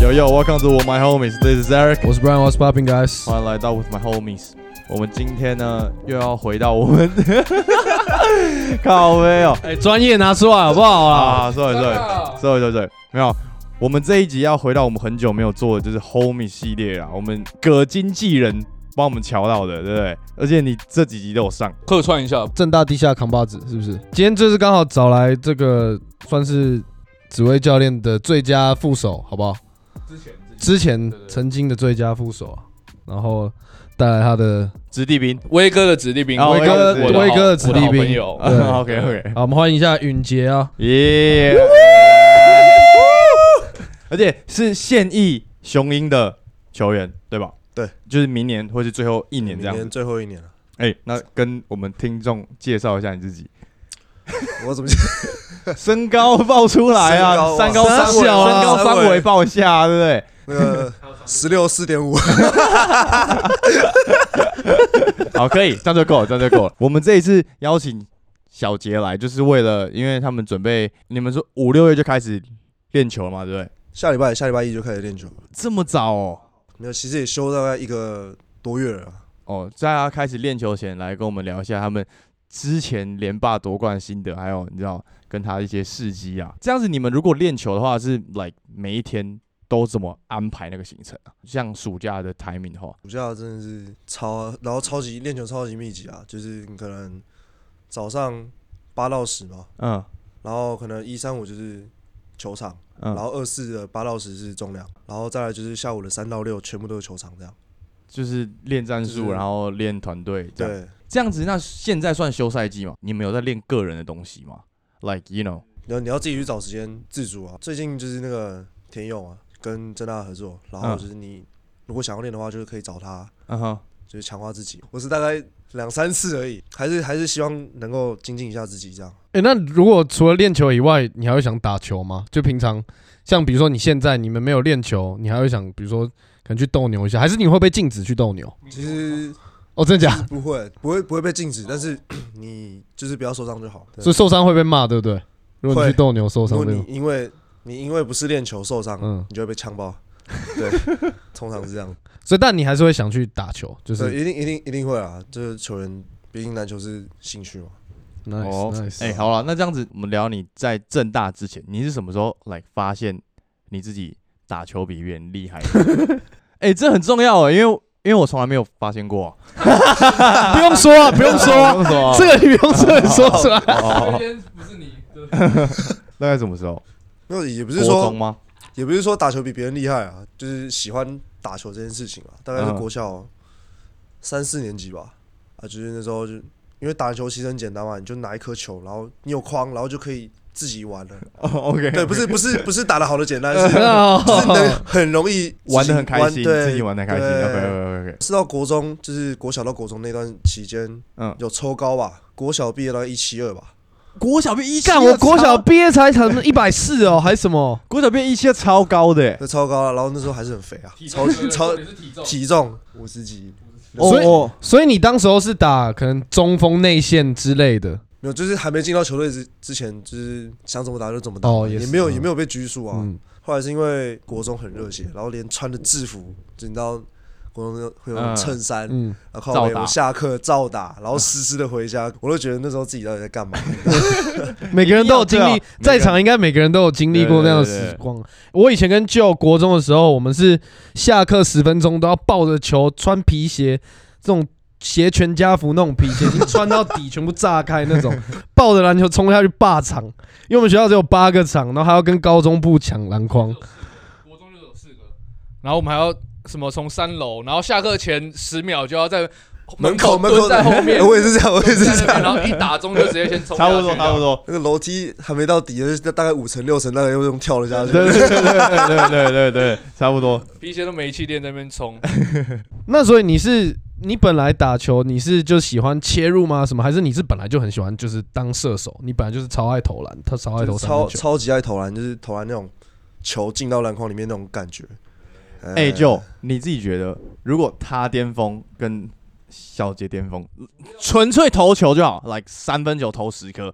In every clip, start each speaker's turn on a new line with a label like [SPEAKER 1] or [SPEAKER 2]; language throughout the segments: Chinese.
[SPEAKER 1] Yo Yo Welcome to my homies, this is Eric，
[SPEAKER 2] 我是 Brian，我是 Popping Guys。
[SPEAKER 1] 欢迎来到 With my homies。我们今天呢又要回到我们 靠背哦，
[SPEAKER 2] 哎，专业拿出来好不好啊？
[SPEAKER 1] 啊，sorry sorry sorry sorry sorry，没有，我们这一集要回到我们很久没有做的就是 homie 系列啊啦，我们葛经纪人帮我们瞧到的，对不对？而且你这几集都有上，
[SPEAKER 3] 客串一下，
[SPEAKER 2] 正大地下扛把子是不是？今天就是刚好找来这个算是紫薇教练的最佳副手，好不好？之前之前曾经的最佳副手啊，然后带来他的
[SPEAKER 1] 子弟兵
[SPEAKER 3] 威哥的子弟兵，
[SPEAKER 1] 啊
[SPEAKER 2] 威哥
[SPEAKER 1] 我的好
[SPEAKER 2] 威哥的子弟
[SPEAKER 3] 我的好朋
[SPEAKER 2] 兵。
[SPEAKER 3] 友
[SPEAKER 2] 对
[SPEAKER 1] ，OK OK，
[SPEAKER 2] 好，我们欢迎一下允杰啊，
[SPEAKER 1] 耶！ 而且是现役雄鹰的球员，对吧？
[SPEAKER 4] 对，
[SPEAKER 1] 就是明年或是最后一年这样
[SPEAKER 4] 明
[SPEAKER 1] 子
[SPEAKER 4] 年。最后一年了，
[SPEAKER 1] 哎、那跟我们听众介绍一下你自 己，
[SPEAKER 4] 我怎么
[SPEAKER 1] 身高报出来啊，
[SPEAKER 4] 身
[SPEAKER 1] 高
[SPEAKER 4] 高
[SPEAKER 1] 三围，身
[SPEAKER 4] 哇三围
[SPEAKER 1] 高
[SPEAKER 4] 三围
[SPEAKER 1] 三围报一下、啊，对不对？
[SPEAKER 4] 那个十六四点五？
[SPEAKER 1] 好，可以，这样就够了，这样就够了。我们这一次邀请小杰来，就是为了，因为他们准备，你们说五六月就开始练球了嘛，对不对？
[SPEAKER 4] 下礼拜下礼拜一就开始练球，
[SPEAKER 1] 这么早哦，
[SPEAKER 4] 没有，其实也休大概一个多月了啊。
[SPEAKER 1] 哦，在他开始练球前，来跟我们聊一下他们之前连霸夺冠的心得，还有你知道跟他一些事迹啊。这样子，你们如果练球的话，是 like 每一天都怎么安排那个行程啊？像暑假的 timing 的话，
[SPEAKER 4] 暑假真的是超，然后超级练球超级密集啊，就是你可能早上八到十嘛，
[SPEAKER 1] 嗯
[SPEAKER 4] 然后可能一三五就是球场，然
[SPEAKER 1] 嗯，
[SPEAKER 4] 后二四的八到十是中粮，然后再来就是下午的三到六全部都是球场这样。
[SPEAKER 1] 就是练战
[SPEAKER 4] 就
[SPEAKER 1] 术，
[SPEAKER 4] 是
[SPEAKER 1] 然后练团队，这样
[SPEAKER 4] 对，
[SPEAKER 1] 这样子。那现在算休赛季嘛？你们有在练个人的东西吗？Like you know，
[SPEAKER 4] 然后你要自己去找时间自主啊。最近就是那个田勇啊，跟郑大合作，然后
[SPEAKER 1] 嗯
[SPEAKER 4] 就是你如果想要练的话，就是可以找他，
[SPEAKER 1] 嗯哼，
[SPEAKER 4] 就是强化自己。我是大概两三次而已，还是还是希望能够精进一下自己这样。
[SPEAKER 2] 哎，那如果除了练球以外，你还会想打球吗？就平常像比如说你现在你们没有练球，你还会想比如说可能去斗牛一下，还是你会被禁止去斗牛？
[SPEAKER 4] 其 实
[SPEAKER 2] 哦，真的假的？
[SPEAKER 4] 不会，不会，不会被禁止，但是你就是不要受伤就好。对
[SPEAKER 2] 所以受伤会被骂，对不对？如果你
[SPEAKER 4] 会
[SPEAKER 2] 去斗牛受
[SPEAKER 4] 如
[SPEAKER 2] 伤，
[SPEAKER 4] 果
[SPEAKER 2] 对
[SPEAKER 4] 你
[SPEAKER 2] 吗？
[SPEAKER 4] 因为你因为不是练球受伤，
[SPEAKER 2] 嗯
[SPEAKER 4] 你就会被 呛爆。对，通常是这样。
[SPEAKER 2] 所以但你还是会想去打球，就是
[SPEAKER 4] 对，一定一定一定会啊！就是球员，毕竟篮球是兴趣嘛。
[SPEAKER 1] 哦
[SPEAKER 2] nice nice。
[SPEAKER 1] 哎、好了，那这样子，我们聊你在正大之前，你是什么时候来发现你自己打球比别人厉 害的？哎、这很重要哦，因为因为我从来没有发现过、啊
[SPEAKER 2] 不用说啊，不用 说啊，
[SPEAKER 1] 不用说啊
[SPEAKER 2] 这个你不用这么说啊出 来。
[SPEAKER 1] 哦，
[SPEAKER 3] 不是你的，
[SPEAKER 1] 大概什么时候？
[SPEAKER 4] 那也不
[SPEAKER 1] 不
[SPEAKER 4] 是说
[SPEAKER 1] 中吗？
[SPEAKER 4] 也不是说打球比别人厉害啊，就是喜欢打球这件事情啊，大概是
[SPEAKER 1] 嗯
[SPEAKER 4] 国小三四年级吧，啊，就是那时候就因为打球其实很简单嘛，你就拿一颗球，然后你有框，然后就可以自己玩 了。
[SPEAKER 1] 哦，OK，
[SPEAKER 4] 对，不是不是不是打的好的简单，是就是你
[SPEAKER 2] 哦
[SPEAKER 4] 能很容易自 己
[SPEAKER 1] 玩的很开心，
[SPEAKER 4] 对
[SPEAKER 1] 自己玩的开心。
[SPEAKER 4] 对
[SPEAKER 1] OK OK OK，
[SPEAKER 4] 是到国中，就是国小到国中那段期间，
[SPEAKER 1] 嗯，
[SPEAKER 4] 有抽高吧，国小毕业到一七二吧，
[SPEAKER 1] 国小变一
[SPEAKER 2] 干，我国小毕业才成一百四哦，还是什么？
[SPEAKER 1] 国小变一七超高的、欸，
[SPEAKER 4] 那超高了，然后那时候还是很肥啊，超超体重五十几，
[SPEAKER 2] 所以
[SPEAKER 1] 哦
[SPEAKER 2] 所以你当时候是打可能中锋内线之类的，
[SPEAKER 4] 没有，就是还没进到球队之之前，就是想怎么打就怎么打，
[SPEAKER 2] 哦也
[SPEAKER 4] 也
[SPEAKER 2] 是
[SPEAKER 4] 没有也
[SPEAKER 2] 嗯
[SPEAKER 4] 没有被拘束啊。
[SPEAKER 2] 嗯，
[SPEAKER 4] 后来是因为国中很热血，然后连穿的制服，就你知道国中会有那
[SPEAKER 1] 嗯
[SPEAKER 4] 种衬衫，
[SPEAKER 2] 嗯，
[SPEAKER 4] 然后靠
[SPEAKER 1] 照
[SPEAKER 4] 背
[SPEAKER 1] 打
[SPEAKER 4] 我下课照打，然后湿湿的回家， 我都觉得那时候自己到底在干嘛。
[SPEAKER 2] 每个人都有经
[SPEAKER 1] 一样对啊，每
[SPEAKER 2] 历
[SPEAKER 1] 个
[SPEAKER 2] 在场应该每个人都有经历过那样的时光。我以前跟舅国中的时候，我们是下课十分钟都要抱着球，穿皮鞋，这种鞋全家福那种皮鞋，已经穿到底全部炸开那 种，抱着篮球冲下去霸场。因为我们学校只有八个场，然后还要跟高中部抢篮筐。
[SPEAKER 3] 国中就有四个，然后我们还要什么从三楼，然后下课前十秒就要在
[SPEAKER 4] 门
[SPEAKER 3] 口
[SPEAKER 4] 口门口
[SPEAKER 3] 蹲在后面，
[SPEAKER 4] 我也是这样，我也是
[SPEAKER 3] 蹲在
[SPEAKER 4] 这
[SPEAKER 3] 那边
[SPEAKER 4] 样。
[SPEAKER 3] 然后一打钟就直接先冲，
[SPEAKER 1] 差不多差不。多，
[SPEAKER 4] 那个楼梯还没到底，就是大概五层六层，大概又用跳了下
[SPEAKER 1] 对
[SPEAKER 4] 去。
[SPEAKER 1] 对对对对对对对，差不多。
[SPEAKER 3] 皮鞋都没气垫在那边冲，
[SPEAKER 2] 那所以你是你本来打球，你是就喜欢切入吗？什么？还是你是本来就很喜欢就是当射手？你本来就是超爱投篮，他超爱投
[SPEAKER 4] 就是
[SPEAKER 2] 三
[SPEAKER 4] 超
[SPEAKER 2] 分球。
[SPEAKER 4] 超级爱投篮，就是投篮那种球进到篮筐里面那种感觉。呃
[SPEAKER 1] 哎、就你自己觉得，如果他巅峰跟小杰巅峰，纯粹投球就好，like 三分球投十颗，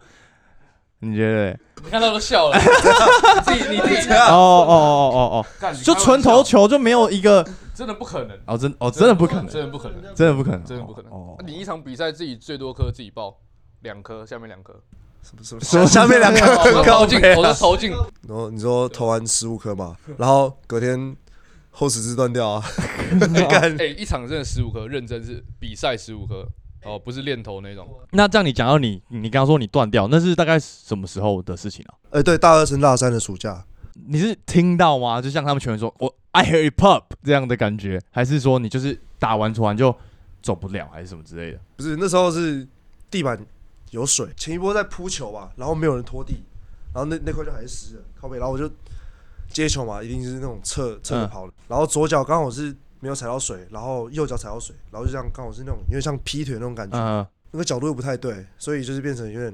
[SPEAKER 1] 你觉得嘞？
[SPEAKER 3] 你看到都笑了，自己你自己
[SPEAKER 1] 哦哦哦哦哦，
[SPEAKER 3] 干，啊你
[SPEAKER 1] 就
[SPEAKER 3] 开玩
[SPEAKER 1] 纯投
[SPEAKER 3] 笑，
[SPEAKER 1] 球就没有一个
[SPEAKER 3] 真的不可能，
[SPEAKER 1] 哦，真哦真的不可能，
[SPEAKER 3] 真的不可能，
[SPEAKER 1] 真的不可能，
[SPEAKER 3] 真的不可能。
[SPEAKER 1] 哦，
[SPEAKER 3] 你一场比赛自己最多颗自己爆两颗，下面两颗，
[SPEAKER 4] 什么什么下下面两个
[SPEAKER 3] 我都
[SPEAKER 4] 很
[SPEAKER 3] 投
[SPEAKER 4] 高
[SPEAKER 3] 进，
[SPEAKER 4] 配
[SPEAKER 3] 我
[SPEAKER 4] 啊
[SPEAKER 3] 都投进，
[SPEAKER 4] 然后你说投完十五颗嘛，然后隔天后十字断掉啊， 干
[SPEAKER 3] 哎，一场真的十五颗，认真是比赛十五颗，哦，不是练投那种，
[SPEAKER 1] 那这样你讲到你，你刚刚说你断掉，那是大概什么时候的事情啊？
[SPEAKER 4] 哎，对，大二升大三的暑假，
[SPEAKER 1] 你是听到吗？就像他们球员说“我 I hear it pop” 这样的感觉，还是说你就是打完突然就走不了，还是什么之类的？
[SPEAKER 4] 不是那时候是地板有水，前一波在铺球吧，然后没有人拖地，然后那那块就还是湿的，靠背，然后我就接球嘛，一定是那种侧侧着
[SPEAKER 1] 嗯
[SPEAKER 4] 跑的，然后左脚刚好是没有踩到水，然后右脚踩到水，然后就这样刚好是那种有点像劈腿那种感觉，
[SPEAKER 1] 嗯，
[SPEAKER 4] 那个角度又不太对，所以就是变成有点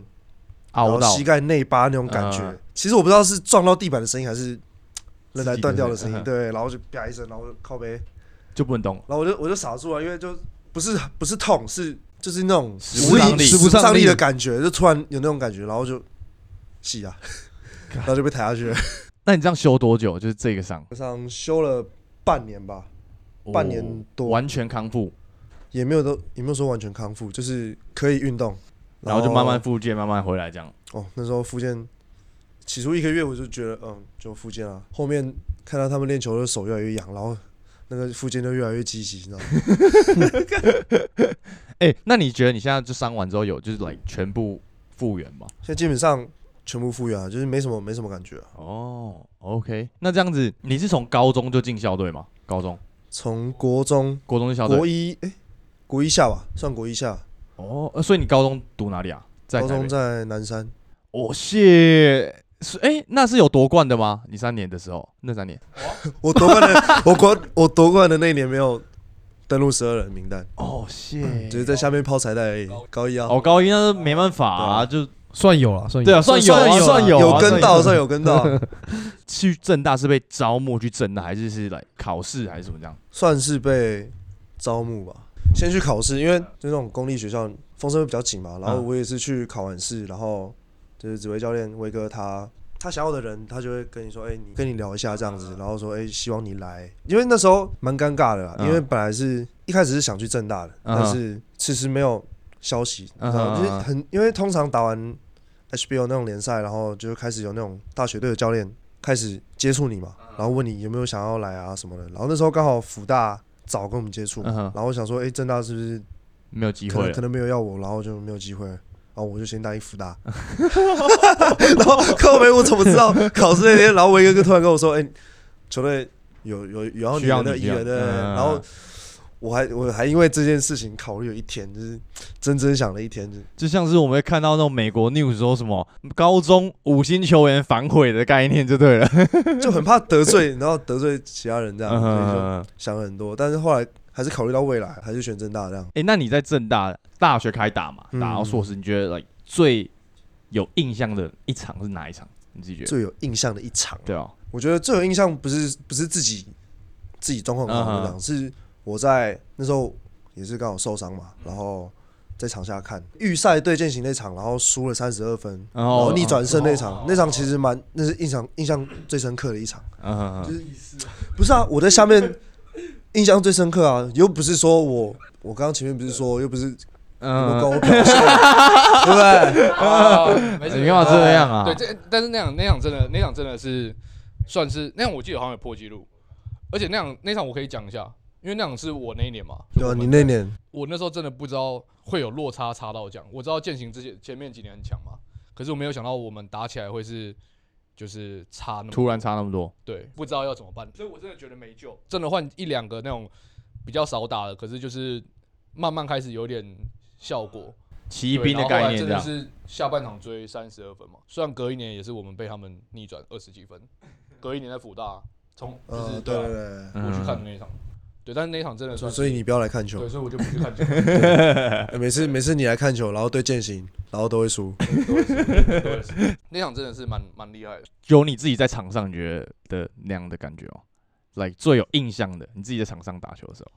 [SPEAKER 1] 凹
[SPEAKER 4] 然后
[SPEAKER 1] 到
[SPEAKER 4] 膝盖内八那种感觉。
[SPEAKER 1] 嗯
[SPEAKER 4] 其实我不知道是撞到地板的声音还是韧带
[SPEAKER 1] 自己的
[SPEAKER 4] 断掉的声音，
[SPEAKER 1] 嗯
[SPEAKER 4] 对，然后就啪一声，然后就靠背，
[SPEAKER 1] 就不能动了。
[SPEAKER 4] 然后我就我就傻住了，因为就不是不是痛，是就是那种
[SPEAKER 1] 使
[SPEAKER 2] 不
[SPEAKER 4] 无
[SPEAKER 2] 上力
[SPEAKER 4] 力
[SPEAKER 2] 使
[SPEAKER 4] 使
[SPEAKER 2] 不
[SPEAKER 4] 不
[SPEAKER 2] 上力
[SPEAKER 4] 上力的感觉，就突然有那种感觉，然后就洗 啊，然后就被抬下去了，
[SPEAKER 1] 那你这样修多久？就是这个伤，
[SPEAKER 4] 我上修了半年吧，半年多
[SPEAKER 1] 哦完全康复，
[SPEAKER 4] 也没有都也没有说完全康复，就是可以运动，
[SPEAKER 1] 然后就慢慢复健，慢慢回来这样。
[SPEAKER 4] 哦，那时候复健，起初一个月我就觉得，嗯，就复健啊。后面看到他们练球的手越来越痒，然后那个复健就越来越积极，你知道吗？
[SPEAKER 1] 哎、那你觉得你现在就伤完之后有就是 like 全部复原吗？
[SPEAKER 4] 现在基本上全部复原啊，就是没什么没什么感觉啊。
[SPEAKER 1] 哦，OK，那这样子你是从高中就进校队吗？高中、
[SPEAKER 4] 从国中
[SPEAKER 1] 国中就校队
[SPEAKER 4] 国？一哎、国一下吧，算国一下，
[SPEAKER 1] 哦、呃所以你高中读哪里啊？在
[SPEAKER 4] 高
[SPEAKER 1] 台
[SPEAKER 4] 中
[SPEAKER 1] 北
[SPEAKER 4] 在南山，
[SPEAKER 1] 哦，谢是哎、那是有夺冠的吗？你三年的时候，那三年
[SPEAKER 4] 我夺冠的我国我夺冠的那一年没有登录十二人名单，
[SPEAKER 1] 哦，谢、
[SPEAKER 4] 只是在下面抛彩带而已。高一啊，
[SPEAKER 1] 哦，高一那是没办法、啊，就
[SPEAKER 2] 算有了，算有
[SPEAKER 1] 对啊，算有啊，算有啊，
[SPEAKER 4] 有跟到，
[SPEAKER 1] 算
[SPEAKER 4] 算有跟到，啊
[SPEAKER 1] 去正大是被招募去正大，还是是来考试还是怎么这样？
[SPEAKER 4] 算是被招募吧。先去考试，因为就那种公立学校风声会比较紧嘛。然后
[SPEAKER 1] 嗯
[SPEAKER 4] 我也是去考完试，然后就是指挥教练威哥他他想要的人，他就会跟你说，哎、你跟你聊一下这样
[SPEAKER 1] 嗯
[SPEAKER 4] 子，然后说，哎、希望你来。因为那时候蛮尴尬的啦，
[SPEAKER 1] 嗯
[SPEAKER 4] 因为本来是一开始是想去正大的，
[SPEAKER 1] 嗯
[SPEAKER 4] 但是迟迟没有消息，你知
[SPEAKER 1] 嗯嗯
[SPEAKER 4] 道吗
[SPEAKER 1] 嗯
[SPEAKER 4] 就是很因为通常打完 HBO 那种联赛，然后就开始有那种大学队的教练开始接触你
[SPEAKER 1] 嗯
[SPEAKER 4] 嘛，然后问你有没有想要来啊什么的。然后那时候刚好福大早跟我们接触嘛，
[SPEAKER 1] 嗯哼
[SPEAKER 4] 然后我想说，哎、正大是不是
[SPEAKER 1] 没有机
[SPEAKER 4] 可
[SPEAKER 1] 会
[SPEAKER 4] 能可
[SPEAKER 1] 了，
[SPEAKER 4] 能没有要我，然后就没有机会了，然后我就先答应福 大。然后靠没我怎么知道考试那天，然后维哥哥突然跟我说，哎、球队有有有要
[SPEAKER 1] 需要
[SPEAKER 4] 你的
[SPEAKER 1] 你
[SPEAKER 4] 艺
[SPEAKER 1] 这
[SPEAKER 4] 人的，
[SPEAKER 1] 样嗯
[SPEAKER 4] 然后。我还我还因为这件事情考虑了一天，就是真真想了一天，就是
[SPEAKER 1] 就像是我们会看到那种美国 news 说什么高中五星球员反悔的概念就对了，
[SPEAKER 4] 就很怕得罪，然后得罪其他 人这样，所以就
[SPEAKER 1] 嗯，
[SPEAKER 4] 想很多。但是后来还是考虑到未来，还是选正大这样。
[SPEAKER 1] 哎、那你在正大大学开打嘛，
[SPEAKER 4] 嗯
[SPEAKER 1] 打到硕士，你觉得 like 最有印象的一场是哪一场？你自己觉得？
[SPEAKER 4] 最有印象的一场，
[SPEAKER 1] 对哦，
[SPEAKER 4] 我觉得最有印象不是不是自己自己状况很好
[SPEAKER 1] 嗯
[SPEAKER 3] 啊
[SPEAKER 4] 那
[SPEAKER 1] 哼
[SPEAKER 4] 场，是我在那时候也是刚好受伤嘛，
[SPEAKER 3] 嗯
[SPEAKER 4] 然后在场下看预赛对践行那场，然后输了三十二分。
[SPEAKER 1] 然
[SPEAKER 4] 然
[SPEAKER 1] 后
[SPEAKER 4] 后逆转胜那场
[SPEAKER 3] 哦，
[SPEAKER 4] 那场其实蛮，那是印象印象最深刻的一场。
[SPEAKER 1] 嗯嗯嗯
[SPEAKER 4] 就是不是啊，我在 下面印象最深刻啊，又不是说我我刚刚前面不是说，又不是你们跟
[SPEAKER 1] 嗯，
[SPEAKER 4] 我表现， 对不对？
[SPEAKER 3] 啊没事
[SPEAKER 1] 你干嘛这样啊
[SPEAKER 3] 对，这但是那场那场真的那场真的是算是那场我记得好像有破纪录，而且那场那场我可以讲一下，因为那场是我那一年嘛，
[SPEAKER 4] 对啊，你那年
[SPEAKER 3] 我那时候真的不知道会有落差差到这样。我知道践行之前前面几年很强嘛，可是我没有想到我们打起来会是就是差那么
[SPEAKER 1] 突然差那么多，
[SPEAKER 3] 对，不知道要怎么办，所以我真的觉得没救。真的换一两个那种比较少打的，可是就是慢慢开始有点效果。
[SPEAKER 1] 骑
[SPEAKER 3] 对
[SPEAKER 1] 兵的
[SPEAKER 3] 然后后来
[SPEAKER 1] 概念这样
[SPEAKER 3] 真。的是下半场追三十二分嘛。虽然隔一年也是我们被他们逆转二十几分，隔一年在辅大从就
[SPEAKER 4] 呃，
[SPEAKER 3] 是
[SPEAKER 4] 对
[SPEAKER 3] 啊
[SPEAKER 4] 对对，
[SPEAKER 1] 嗯
[SPEAKER 3] 我去看的那一场，对，但是那一场真的算
[SPEAKER 4] 所以
[SPEAKER 3] 是
[SPEAKER 4] 所以你不要来看球
[SPEAKER 3] 对，。所以我就不去看球。
[SPEAKER 4] 哎每次每次你来看球，然后对践行，然后都会输。
[SPEAKER 3] 那场真的是蛮蛮厉害的。
[SPEAKER 1] 有你自己在场上你觉得的那样的感觉哦，like 最有印象的，你自己在场上打球的时候，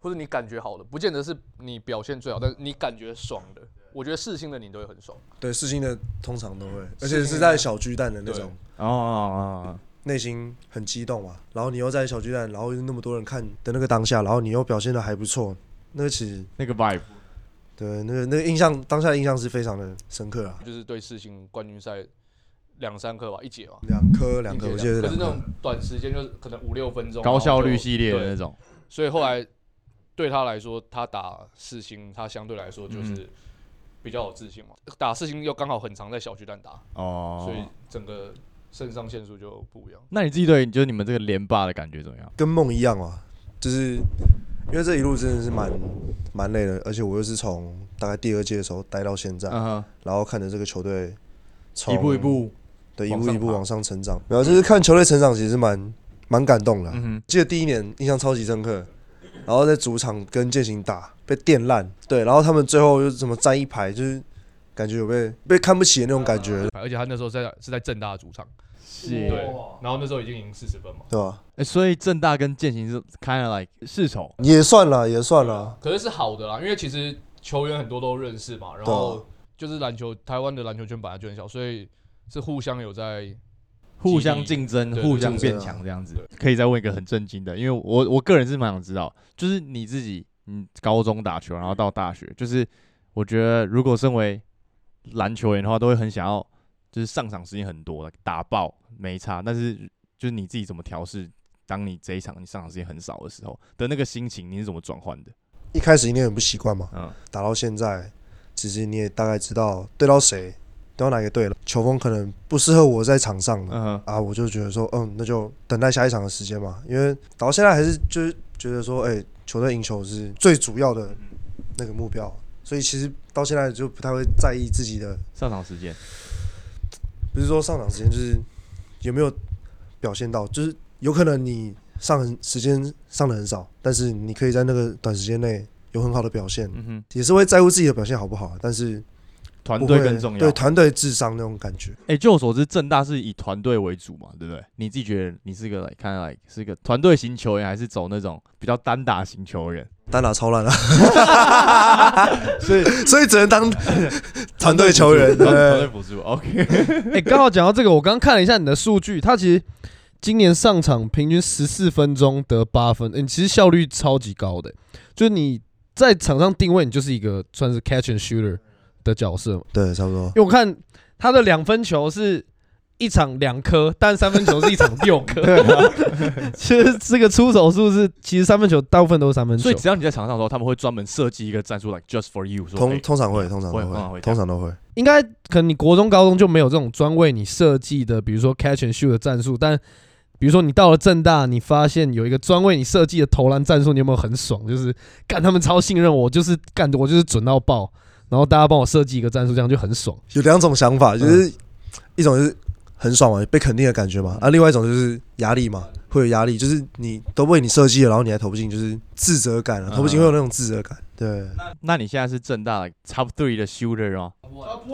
[SPEAKER 3] 或者你感觉好的，不见得是你表现最好，但是你感觉爽的，我觉得世新的你都会很爽。
[SPEAKER 4] 对，世新的通常都会，
[SPEAKER 3] 世
[SPEAKER 4] 而且
[SPEAKER 3] 新
[SPEAKER 4] 是
[SPEAKER 3] 的
[SPEAKER 4] 在小巨蛋的那种，
[SPEAKER 1] 哦哦哦
[SPEAKER 4] 内心很激动嘛。然后你又在小巨蛋，然后又那么多人看的那个当下，然后你又表现的还不错，那个其实
[SPEAKER 1] 那个 vibe，
[SPEAKER 4] 对那个那个印象，当下的印象是非常的深刻啊。
[SPEAKER 3] 就是对世新冠军赛两三颗吧，一节吧，
[SPEAKER 4] 两颗，两颗，我
[SPEAKER 3] 一
[SPEAKER 4] 记
[SPEAKER 3] 节
[SPEAKER 4] 得是
[SPEAKER 3] 可是
[SPEAKER 4] 两
[SPEAKER 3] 那
[SPEAKER 4] 颗
[SPEAKER 3] 种。短时间就是可能五六分钟，
[SPEAKER 1] 高效率
[SPEAKER 3] 然后就
[SPEAKER 1] 系列的那
[SPEAKER 3] 对
[SPEAKER 1] 种，
[SPEAKER 3] 所以后来对他来说，他打四星，他相对来说就是比较有自信嘛。打四星又刚好很常在小巨蛋打，
[SPEAKER 1] 哦，
[SPEAKER 3] 所以整个肾上腺素就不一样。
[SPEAKER 1] 那你自己对就是你们这个连霸的感觉怎么样？
[SPEAKER 4] 跟梦一样啊，就是因为这一路真的是蛮蛮累的，而且我又是从大概第二届的时候待到现在，
[SPEAKER 1] 嗯
[SPEAKER 4] 然后看着这个球队
[SPEAKER 1] 哼，
[SPEAKER 4] 从
[SPEAKER 1] 一步一，步，
[SPEAKER 4] 对，一
[SPEAKER 1] 往
[SPEAKER 4] 步
[SPEAKER 1] 上
[SPEAKER 4] 一步
[SPEAKER 1] 爬
[SPEAKER 4] 往上成长，然后就是看球队成长，其实是蛮蛮感动的啊、
[SPEAKER 1] 嗯哼，
[SPEAKER 4] 记得第一年印象超级深刻，然后在主场跟践行打被电烂，对，然后他们最后又怎么站一排，就是感觉有被被看不起的那种感觉，
[SPEAKER 3] 而且他那时候在是在正大主场，
[SPEAKER 1] 是
[SPEAKER 3] 对，然后那时候已经赢四十分嘛。
[SPEAKER 4] 对吧？
[SPEAKER 1] 欸所以正大跟践行是 kind of like 世仇，
[SPEAKER 4] 也算了，也算了，
[SPEAKER 3] 可是是好的啦，因为其实球员很多都认识嘛，然
[SPEAKER 4] 啊
[SPEAKER 3] 后就是篮球，台湾的篮球圈本来就很小，所以是互相有在
[SPEAKER 1] 互相竞争，
[SPEAKER 3] 对
[SPEAKER 1] 互相
[SPEAKER 4] 竞
[SPEAKER 1] 变
[SPEAKER 4] 争啊
[SPEAKER 1] 强这样子。可以再问一个很震惊的，因为我我个人是蛮想知道，就是你自己，嗯，高中打球，然后到大学，就是我觉得如果身为篮球员的话，都会很想要，就是上场时间很多，打爆没差，但是就是你自己怎么调试？当你这一场你上场时间很少的时候的那个心情，你是怎么转换的？
[SPEAKER 4] 一开始一定很不习惯嘛。
[SPEAKER 1] 嗯，
[SPEAKER 4] 打到现在，其实你也大概知道对到谁，对到哪个队了。球风可能不适合我在场上的、
[SPEAKER 1] 嗯哼，
[SPEAKER 4] 啊，我就觉得说，嗯，那就等待下一场的时间嘛。因为打到现在还是就是觉得说，哎、球队赢球是最主要的那个目标，所以其实到现在就不太会在意自己的，
[SPEAKER 1] 上场时间，
[SPEAKER 4] 不是说上场时间，就是有没有表现到，就是有可能你上很时间上的很少，但是你可以在那个短时间内有很好的表现。
[SPEAKER 1] 嗯哼，
[SPEAKER 4] 也是会在乎自己的表现好不好，但是
[SPEAKER 1] 团
[SPEAKER 4] 不
[SPEAKER 1] 队
[SPEAKER 4] 会
[SPEAKER 1] 更重要。
[SPEAKER 4] 对团队智商那种感觉。
[SPEAKER 1] 哎、据我所知，正大是以团队为主嘛，对不对？你自己觉得你是个来看来是个团队型球员，还是走那种比较单打型球员？
[SPEAKER 4] 单打超烂啊，
[SPEAKER 1] 所以
[SPEAKER 4] 所以只 能当团队球员。
[SPEAKER 1] 团团队
[SPEAKER 4] 对，
[SPEAKER 1] 辅助。OK，
[SPEAKER 2] 哎，刚好讲到这个，我刚看了一下你的数据，他其实今年上场平均十四分钟得八分，嗯，其实效率超级高的，就是你在场上定位，你就是一个算是 catch and shooter 的角色嘛。
[SPEAKER 4] 对，差不多。
[SPEAKER 2] 因为我看他的两分球是一场两颗，但三分球是一场六颗。其实这个出手数是，其实三分球大部分都是三分球
[SPEAKER 1] 所以。只要你在场上的时候，他们会专门设计一个战术，like just for you，说欸
[SPEAKER 4] 通
[SPEAKER 1] 诶
[SPEAKER 4] 通常会，通常都
[SPEAKER 1] 会通常会
[SPEAKER 4] 会，通常都会。
[SPEAKER 2] 应该可能你国中、高中就没有这种专为你设计的，比如说 catch and shoot 的战术，但比如说你到了正大，你发现有一个专为你设计的投篮战术，你有没有很爽？就是干他们超信任我，就是干我就是准到爆，然后大家帮我设计一个战术，这样就很爽。
[SPEAKER 4] 有两种想法，
[SPEAKER 1] 嗯
[SPEAKER 4] 就是一种就是很爽嘛，被肯定的感觉嘛，
[SPEAKER 1] 嗯
[SPEAKER 4] 啊，另外一种就是压力嘛，会有压力，就是你都为你设计了，然后你还投不进，就是自责感啊，投不进会有那种自责感。对，
[SPEAKER 1] 嗯那你现在是正大 like top three 的 shooter 哦，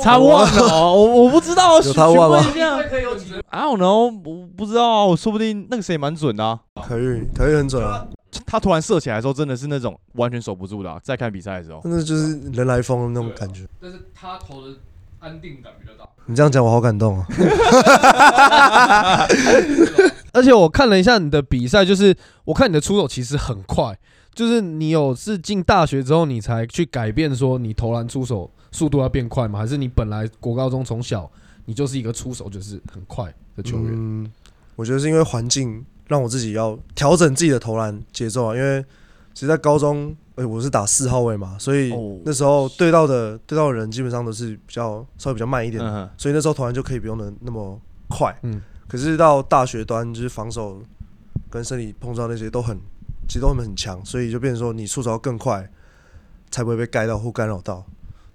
[SPEAKER 3] 差
[SPEAKER 1] 差 one 哦，我我不知道，
[SPEAKER 4] 有 top one 吗
[SPEAKER 1] 询问一下
[SPEAKER 3] 可以有几
[SPEAKER 1] I don't know，我不知道，说不定那个谁蛮准的啊、
[SPEAKER 4] 可以，可以很准啊，
[SPEAKER 1] 他突然射起来的时候，真的是那种完全守不住的啊、在看比赛的时候，
[SPEAKER 4] 真的就是人来疯的那种感觉。
[SPEAKER 3] 但是他投的安定感比较大。
[SPEAKER 4] 你这样讲，我好感动啊。
[SPEAKER 2] 而且我看了一下你的比赛，就是我看你的出手其实很快，就是你有是进大学之后你才去改变说你投篮出手速度要变快吗？还是你本来国高中从小你就是一个出手就是很快的球员？
[SPEAKER 4] 嗯，我觉得是因为环境让我自己要调整自己的投篮节奏啊，因为其实，在高中，哎、我是打四号位嘛，所以
[SPEAKER 1] 哦
[SPEAKER 4] 那时候对到的对到的人基本上都是比较稍微比较慢一点，
[SPEAKER 1] 嗯哼，
[SPEAKER 4] 所以那时候投篮就可以不用的那么快。
[SPEAKER 2] 嗯
[SPEAKER 4] 可是到大学端，就是防守跟身体碰撞那些都很，其实都很很强，所以就变成说你出手要更快，才不会被盖到或干扰到。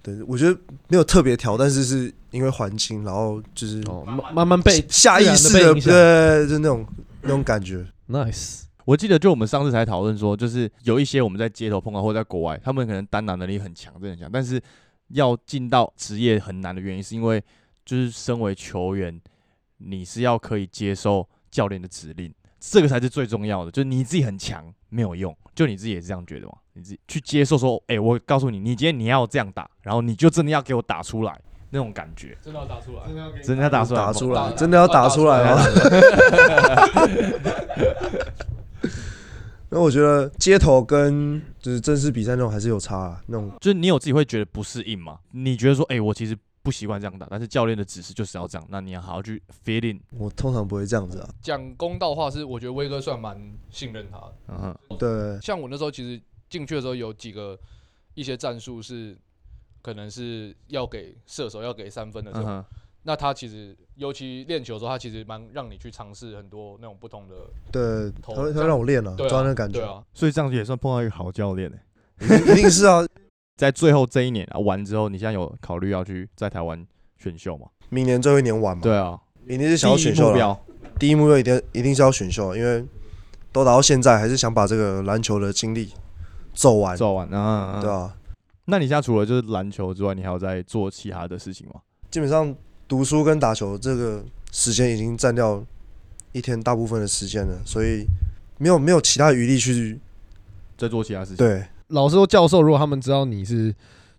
[SPEAKER 4] 对，我觉得没有特别调，但是是因为环境，然后就是
[SPEAKER 2] 哦，慢慢慢被
[SPEAKER 4] 下意识
[SPEAKER 2] 自然
[SPEAKER 4] 的，
[SPEAKER 2] 地被影
[SPEAKER 4] 对，
[SPEAKER 2] 响
[SPEAKER 4] 对就那种那种感觉。
[SPEAKER 2] nice，
[SPEAKER 1] 我记得就我们上次才讨论说，就是有一些我们在街头碰到或者在国外，他们可能单打能力很强，真的很强，但是要进到职业很难的原因，是因为就是身为球员，你是要可以接受教练的指令，这个才是最重要的，就是你自己很强没有用，就你自己也是这样觉得嘛，你自己去接受说，哎、我告诉你，你今天你要这样打，然后你就真的要给我打出来那种感觉，
[SPEAKER 3] 真的要打出来。
[SPEAKER 1] 真的要打出来，
[SPEAKER 4] 打出来，
[SPEAKER 3] 打
[SPEAKER 4] 真的要打出来
[SPEAKER 3] 打
[SPEAKER 4] 吗？ 那我觉得街头跟就是正式比赛那种还是有差啊，那种
[SPEAKER 1] 就是你有自己会觉得不适应吗？你觉得说，哎、我其实不习惯这样打，但是教练的指示就是要这样，那你要好好去 fit in。
[SPEAKER 4] 我通常不会这样子啊。
[SPEAKER 3] 讲公道话是，我觉得威哥算蛮信任他的。
[SPEAKER 1] 嗯哼，
[SPEAKER 4] 对，
[SPEAKER 3] 像我那时候其实进去的时候有几个一些战术是可能是要给射手要给三分的这
[SPEAKER 1] 嗯
[SPEAKER 3] 种，
[SPEAKER 1] 哼，
[SPEAKER 3] 那他其实尤其练球的时候，他其实蛮让你去尝试很多那种不同的，
[SPEAKER 4] 对，他
[SPEAKER 3] 投
[SPEAKER 4] 会
[SPEAKER 3] 这
[SPEAKER 4] 他会
[SPEAKER 3] 样
[SPEAKER 4] 让我练啊，
[SPEAKER 3] 对啊，
[SPEAKER 4] 哦抓那个感
[SPEAKER 3] 对
[SPEAKER 4] 觉，
[SPEAKER 3] 啊，
[SPEAKER 1] 所以这样也算碰到一个好教练呢、欸
[SPEAKER 4] 一定一定是啊。
[SPEAKER 1] 在最后这一年啊完之后，你现在有考虑要去在台湾选秀吗？
[SPEAKER 4] 明年最后一年玩嘛，
[SPEAKER 1] 对啊，
[SPEAKER 4] 明年是想要选
[SPEAKER 1] 第一
[SPEAKER 4] 秀
[SPEAKER 1] 目
[SPEAKER 4] 了。
[SPEAKER 1] 标，
[SPEAKER 4] 嗯第一目标一定一定是要选秀，啊因为都打到现在，还是想把这个篮球的经历走完，
[SPEAKER 1] 做完啊，嗯嗯
[SPEAKER 4] 对啊，
[SPEAKER 1] 那你现在除了就是篮球之外，你还有在做其他的事情吗？
[SPEAKER 4] 基本上读书跟打球这个时间已经占掉一天大部分的时间了，所以没有没有其他余力去
[SPEAKER 1] 在做其他事情？，
[SPEAKER 4] 对
[SPEAKER 2] 老师或教授，如果他们知道你是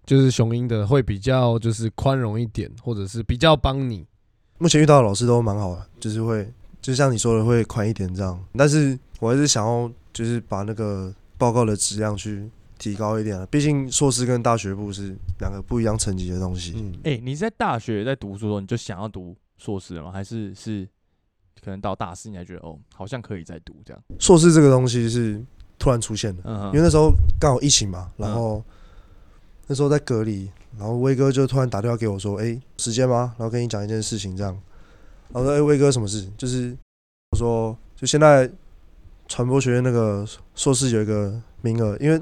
[SPEAKER 2] 就是雄鹰的，会比较就是宽容一点，或者是比较帮你。
[SPEAKER 4] 目前遇到的老师都蛮好的，就是会就像你说的会宽一点这样，但是我还是想要就是把那个报告的质量去提高一点啊，毕竟硕士跟大学部是两个不一样层级的东西。
[SPEAKER 2] 嗯，
[SPEAKER 1] 哎、你在大学在读书的时候，你就想要读硕士了吗？还是是可能到大四你才觉得哦，好像可以再读这样？
[SPEAKER 4] 硕士这个东西是突然出现的，
[SPEAKER 1] 嗯哼，
[SPEAKER 4] 因为那时候刚好疫情嘛，然后那时候在隔离，然后威哥就突然打电话给我说：“哎、时间吗？”然后跟你讲一件事情，这样。然后说：“哎、威哥，什么事？”就是我说，就现在传播学院那个硕士有一个名额，因为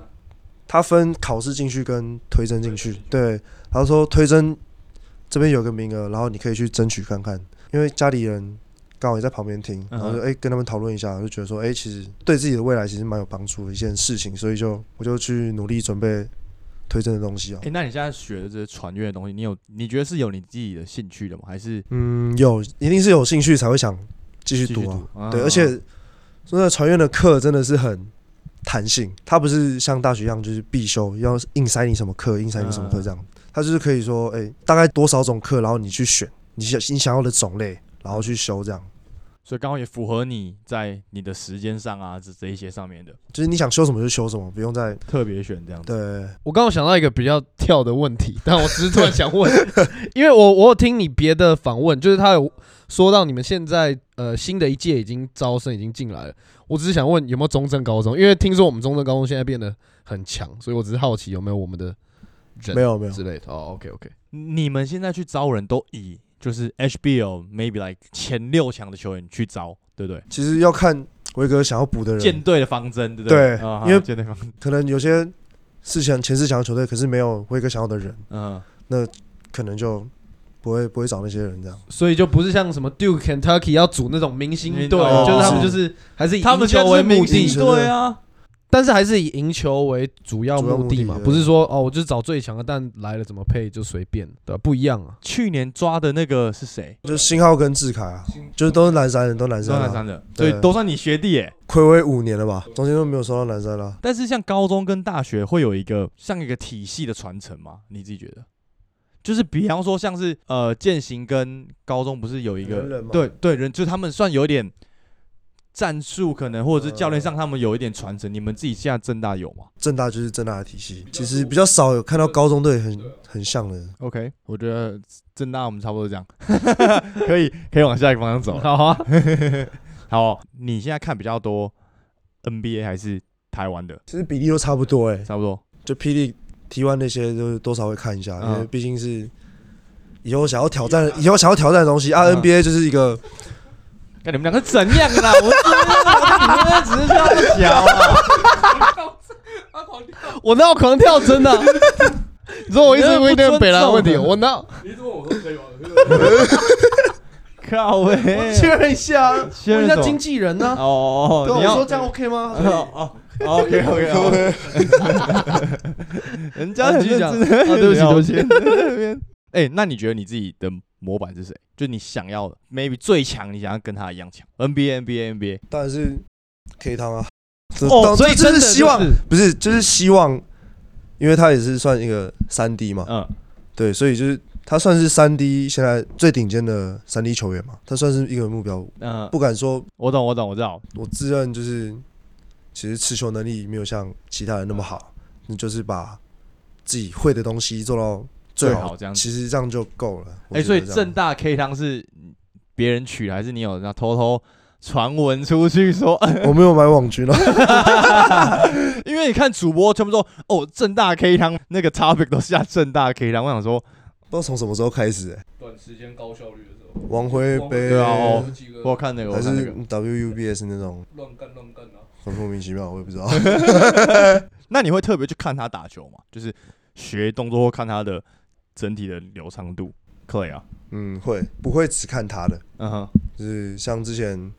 [SPEAKER 4] 他分考试进去跟推甄进去，对。然后说推甄这边有个名额，然后你可以去争取看看，因为家里人。刚好也在旁边听，然后就
[SPEAKER 1] 嗯
[SPEAKER 4] 哎、跟他们讨论一下，就觉得说哎、其实对自己的未来其实蛮有帮助的一件事情，所以就我就去努力准备推荐的东西啊
[SPEAKER 1] 哎、。那你现在学的这些传阅的东西，你有你觉得是有你自己的兴趣的吗？还是
[SPEAKER 4] 嗯，有一定是有兴趣才会想继续
[SPEAKER 1] 继续
[SPEAKER 4] 读啊。
[SPEAKER 1] 读？啊
[SPEAKER 4] 对，而且说那传院的课真的是很弹性，它不是像大学一样就是必修，要硬塞你什么课，硬塞你什么课这样。它就是可以说，哎、大概多少种课，然后你去选你想你想要的种类，然后去修这样。
[SPEAKER 1] 所以刚好也符合你在你的时间上啊，这这一些上面的
[SPEAKER 4] 就是你想修什么就修什么，不用再
[SPEAKER 1] 特别选这样子。
[SPEAKER 4] 对
[SPEAKER 2] 我刚刚想到一个比较跳的问题， 但我只是突然想问， 因为我我有听你别的访问，就是他有说到你们现在呃新的一届已经招生已经进来了，我只是想问有没有中正高中，因为听说我们中正高中现在变得很强，所以我只是好奇有没有我们的人
[SPEAKER 4] 没有没有
[SPEAKER 2] 之类的。哦，OK OK，
[SPEAKER 1] 你们现在去招人都以就是 HBO maybe like 前六强的球员去招，对不对？
[SPEAKER 4] 其实要看维格想要补的
[SPEAKER 1] 舰
[SPEAKER 4] 人，
[SPEAKER 1] 队的方针，对不对？
[SPEAKER 4] 对
[SPEAKER 1] 啊哈
[SPEAKER 4] 因为
[SPEAKER 1] 舰队方针，
[SPEAKER 4] 可能有些四强前四强的球队，可是没有威哥想要的人，
[SPEAKER 1] 嗯，
[SPEAKER 4] 可能就不会不会找那些人这样。
[SPEAKER 2] 所以就不是像什么 Duke Kentucky 要组那种明星队，
[SPEAKER 1] 哦
[SPEAKER 2] 就是他们就是还是以
[SPEAKER 1] 他们
[SPEAKER 2] 赢球为目的，
[SPEAKER 4] 星
[SPEAKER 1] 对啊，
[SPEAKER 2] 但是还是以赢球为主要目的嘛
[SPEAKER 4] 主要目，的
[SPEAKER 2] 不是说哦，我就找最强的，但来了怎么配就随便，对吧、不一样啊。
[SPEAKER 1] 去年抓的那个是谁？
[SPEAKER 4] 就新浩跟志凯啊，就是都是南山啊人，都南山
[SPEAKER 1] 张南
[SPEAKER 4] 人、啊
[SPEAKER 1] 山，的，所
[SPEAKER 4] 对
[SPEAKER 1] 以都算你学弟耶。
[SPEAKER 4] 暌违五年了吧，中间都没有收到啊南山啦。
[SPEAKER 1] 但是像高中跟大学会有一个像一个体系的传承吗？你自己觉得？就是比方说像是呃践行跟高中不是有一个
[SPEAKER 4] 人人嘛
[SPEAKER 1] 对对人，就是他们算有点战术可能或者是教练上
[SPEAKER 4] 呃
[SPEAKER 1] 他们有一点传承，你们自己现在正大有吗
[SPEAKER 4] 正大就是正大的体系，其实比较少有看到高中队很很像的。
[SPEAKER 1] ？OK，我觉得正大我们差不多这样， 可以 可以往下一个方向走 了。
[SPEAKER 2] 好啊，
[SPEAKER 1] 好，哦你现在看比较多 NBA 还是台湾的？
[SPEAKER 4] 其实比例都差不多哎、
[SPEAKER 1] 差不多。
[SPEAKER 4] 就霹雳 T 1那些就是多少会看一下，
[SPEAKER 1] 嗯
[SPEAKER 2] 啊
[SPEAKER 4] 因为毕竟是以后想要挑战，以后想要挑战的东西啊。
[SPEAKER 1] 嗯
[SPEAKER 4] NBA 就是一个
[SPEAKER 1] 那你们 两个怎样啦？ 我只是要讲啊，
[SPEAKER 3] 啊，狂跳！
[SPEAKER 2] 我哪有狂跳真的啊、你 说我一 直问那个北兰问题，
[SPEAKER 1] 你这不尊重
[SPEAKER 2] 我哪有
[SPEAKER 3] 你一直问我说可以吗？
[SPEAKER 1] 靠喂，
[SPEAKER 2] 确认一下啊，
[SPEAKER 1] 确认
[SPEAKER 2] 问一
[SPEAKER 1] 什
[SPEAKER 2] 下
[SPEAKER 1] 么
[SPEAKER 2] 经纪人呢、啊？
[SPEAKER 1] 哎哦
[SPEAKER 2] 对啊，
[SPEAKER 1] 你
[SPEAKER 2] 我
[SPEAKER 1] 要
[SPEAKER 2] 说这样 OK 吗？
[SPEAKER 1] 哦哦，OK OK OK，人家
[SPEAKER 2] 啊
[SPEAKER 1] 很
[SPEAKER 2] 继续
[SPEAKER 1] 认
[SPEAKER 2] 讲
[SPEAKER 1] 真地
[SPEAKER 2] 啊对不起
[SPEAKER 1] 聊
[SPEAKER 2] 对不起
[SPEAKER 1] 天在那边。哎，那你觉得你自己的模板是谁，就你想要的，maybe 最强，你想要跟他一样强，NBA NBA NBA，
[SPEAKER 4] 当然是 K 汤啊。这
[SPEAKER 2] 哦，
[SPEAKER 4] 当
[SPEAKER 2] 所以
[SPEAKER 4] 这
[SPEAKER 2] 真
[SPEAKER 4] 这
[SPEAKER 2] 的
[SPEAKER 4] 是希望
[SPEAKER 2] 就是
[SPEAKER 4] 不是，就是希望，因为它也是算一个三 D 嘛，
[SPEAKER 1] 嗯，
[SPEAKER 4] 对，所以就是他算是三 D 现在最顶尖的三 D 球员嘛，他算是一个目标，
[SPEAKER 1] 嗯，
[SPEAKER 4] 不敢说
[SPEAKER 1] 我懂我懂我知道，
[SPEAKER 4] 我自认就是其实持球能力没有像其他人那么好，
[SPEAKER 1] 嗯
[SPEAKER 4] 你就是把自己会的东西做到最
[SPEAKER 1] 最
[SPEAKER 4] 好，
[SPEAKER 1] 好这样子。
[SPEAKER 4] 其实这样就够了。
[SPEAKER 1] 哎、
[SPEAKER 4] 我觉
[SPEAKER 1] 所
[SPEAKER 4] 得
[SPEAKER 1] 以
[SPEAKER 4] 这样
[SPEAKER 1] 正大 K 汤是别人取的，还是你有那偷偷传闻出去说？
[SPEAKER 4] 我没有买网 军啊，
[SPEAKER 1] 因为你看主播全部都哦正大 K 汤那个 topic 都下正大 K 汤，我想说
[SPEAKER 4] 不知道从什么时候开始、哎，
[SPEAKER 3] 短时间高效率的时候，
[SPEAKER 4] 王辉杯
[SPEAKER 1] 对啊哦
[SPEAKER 3] 有几个
[SPEAKER 1] 我看那个我
[SPEAKER 4] 还
[SPEAKER 1] 看那
[SPEAKER 4] 是
[SPEAKER 1] 个，
[SPEAKER 4] WUBS 那种
[SPEAKER 3] 乱干乱干啊，
[SPEAKER 4] 很莫名其妙，我也不知 道。
[SPEAKER 1] 那你会特别去看他打球吗？就是学动作或看他的整体的流畅度，Clay 啊，
[SPEAKER 4] 嗯，会不会只看他的？
[SPEAKER 1] 嗯哼，
[SPEAKER 4] 就是像之前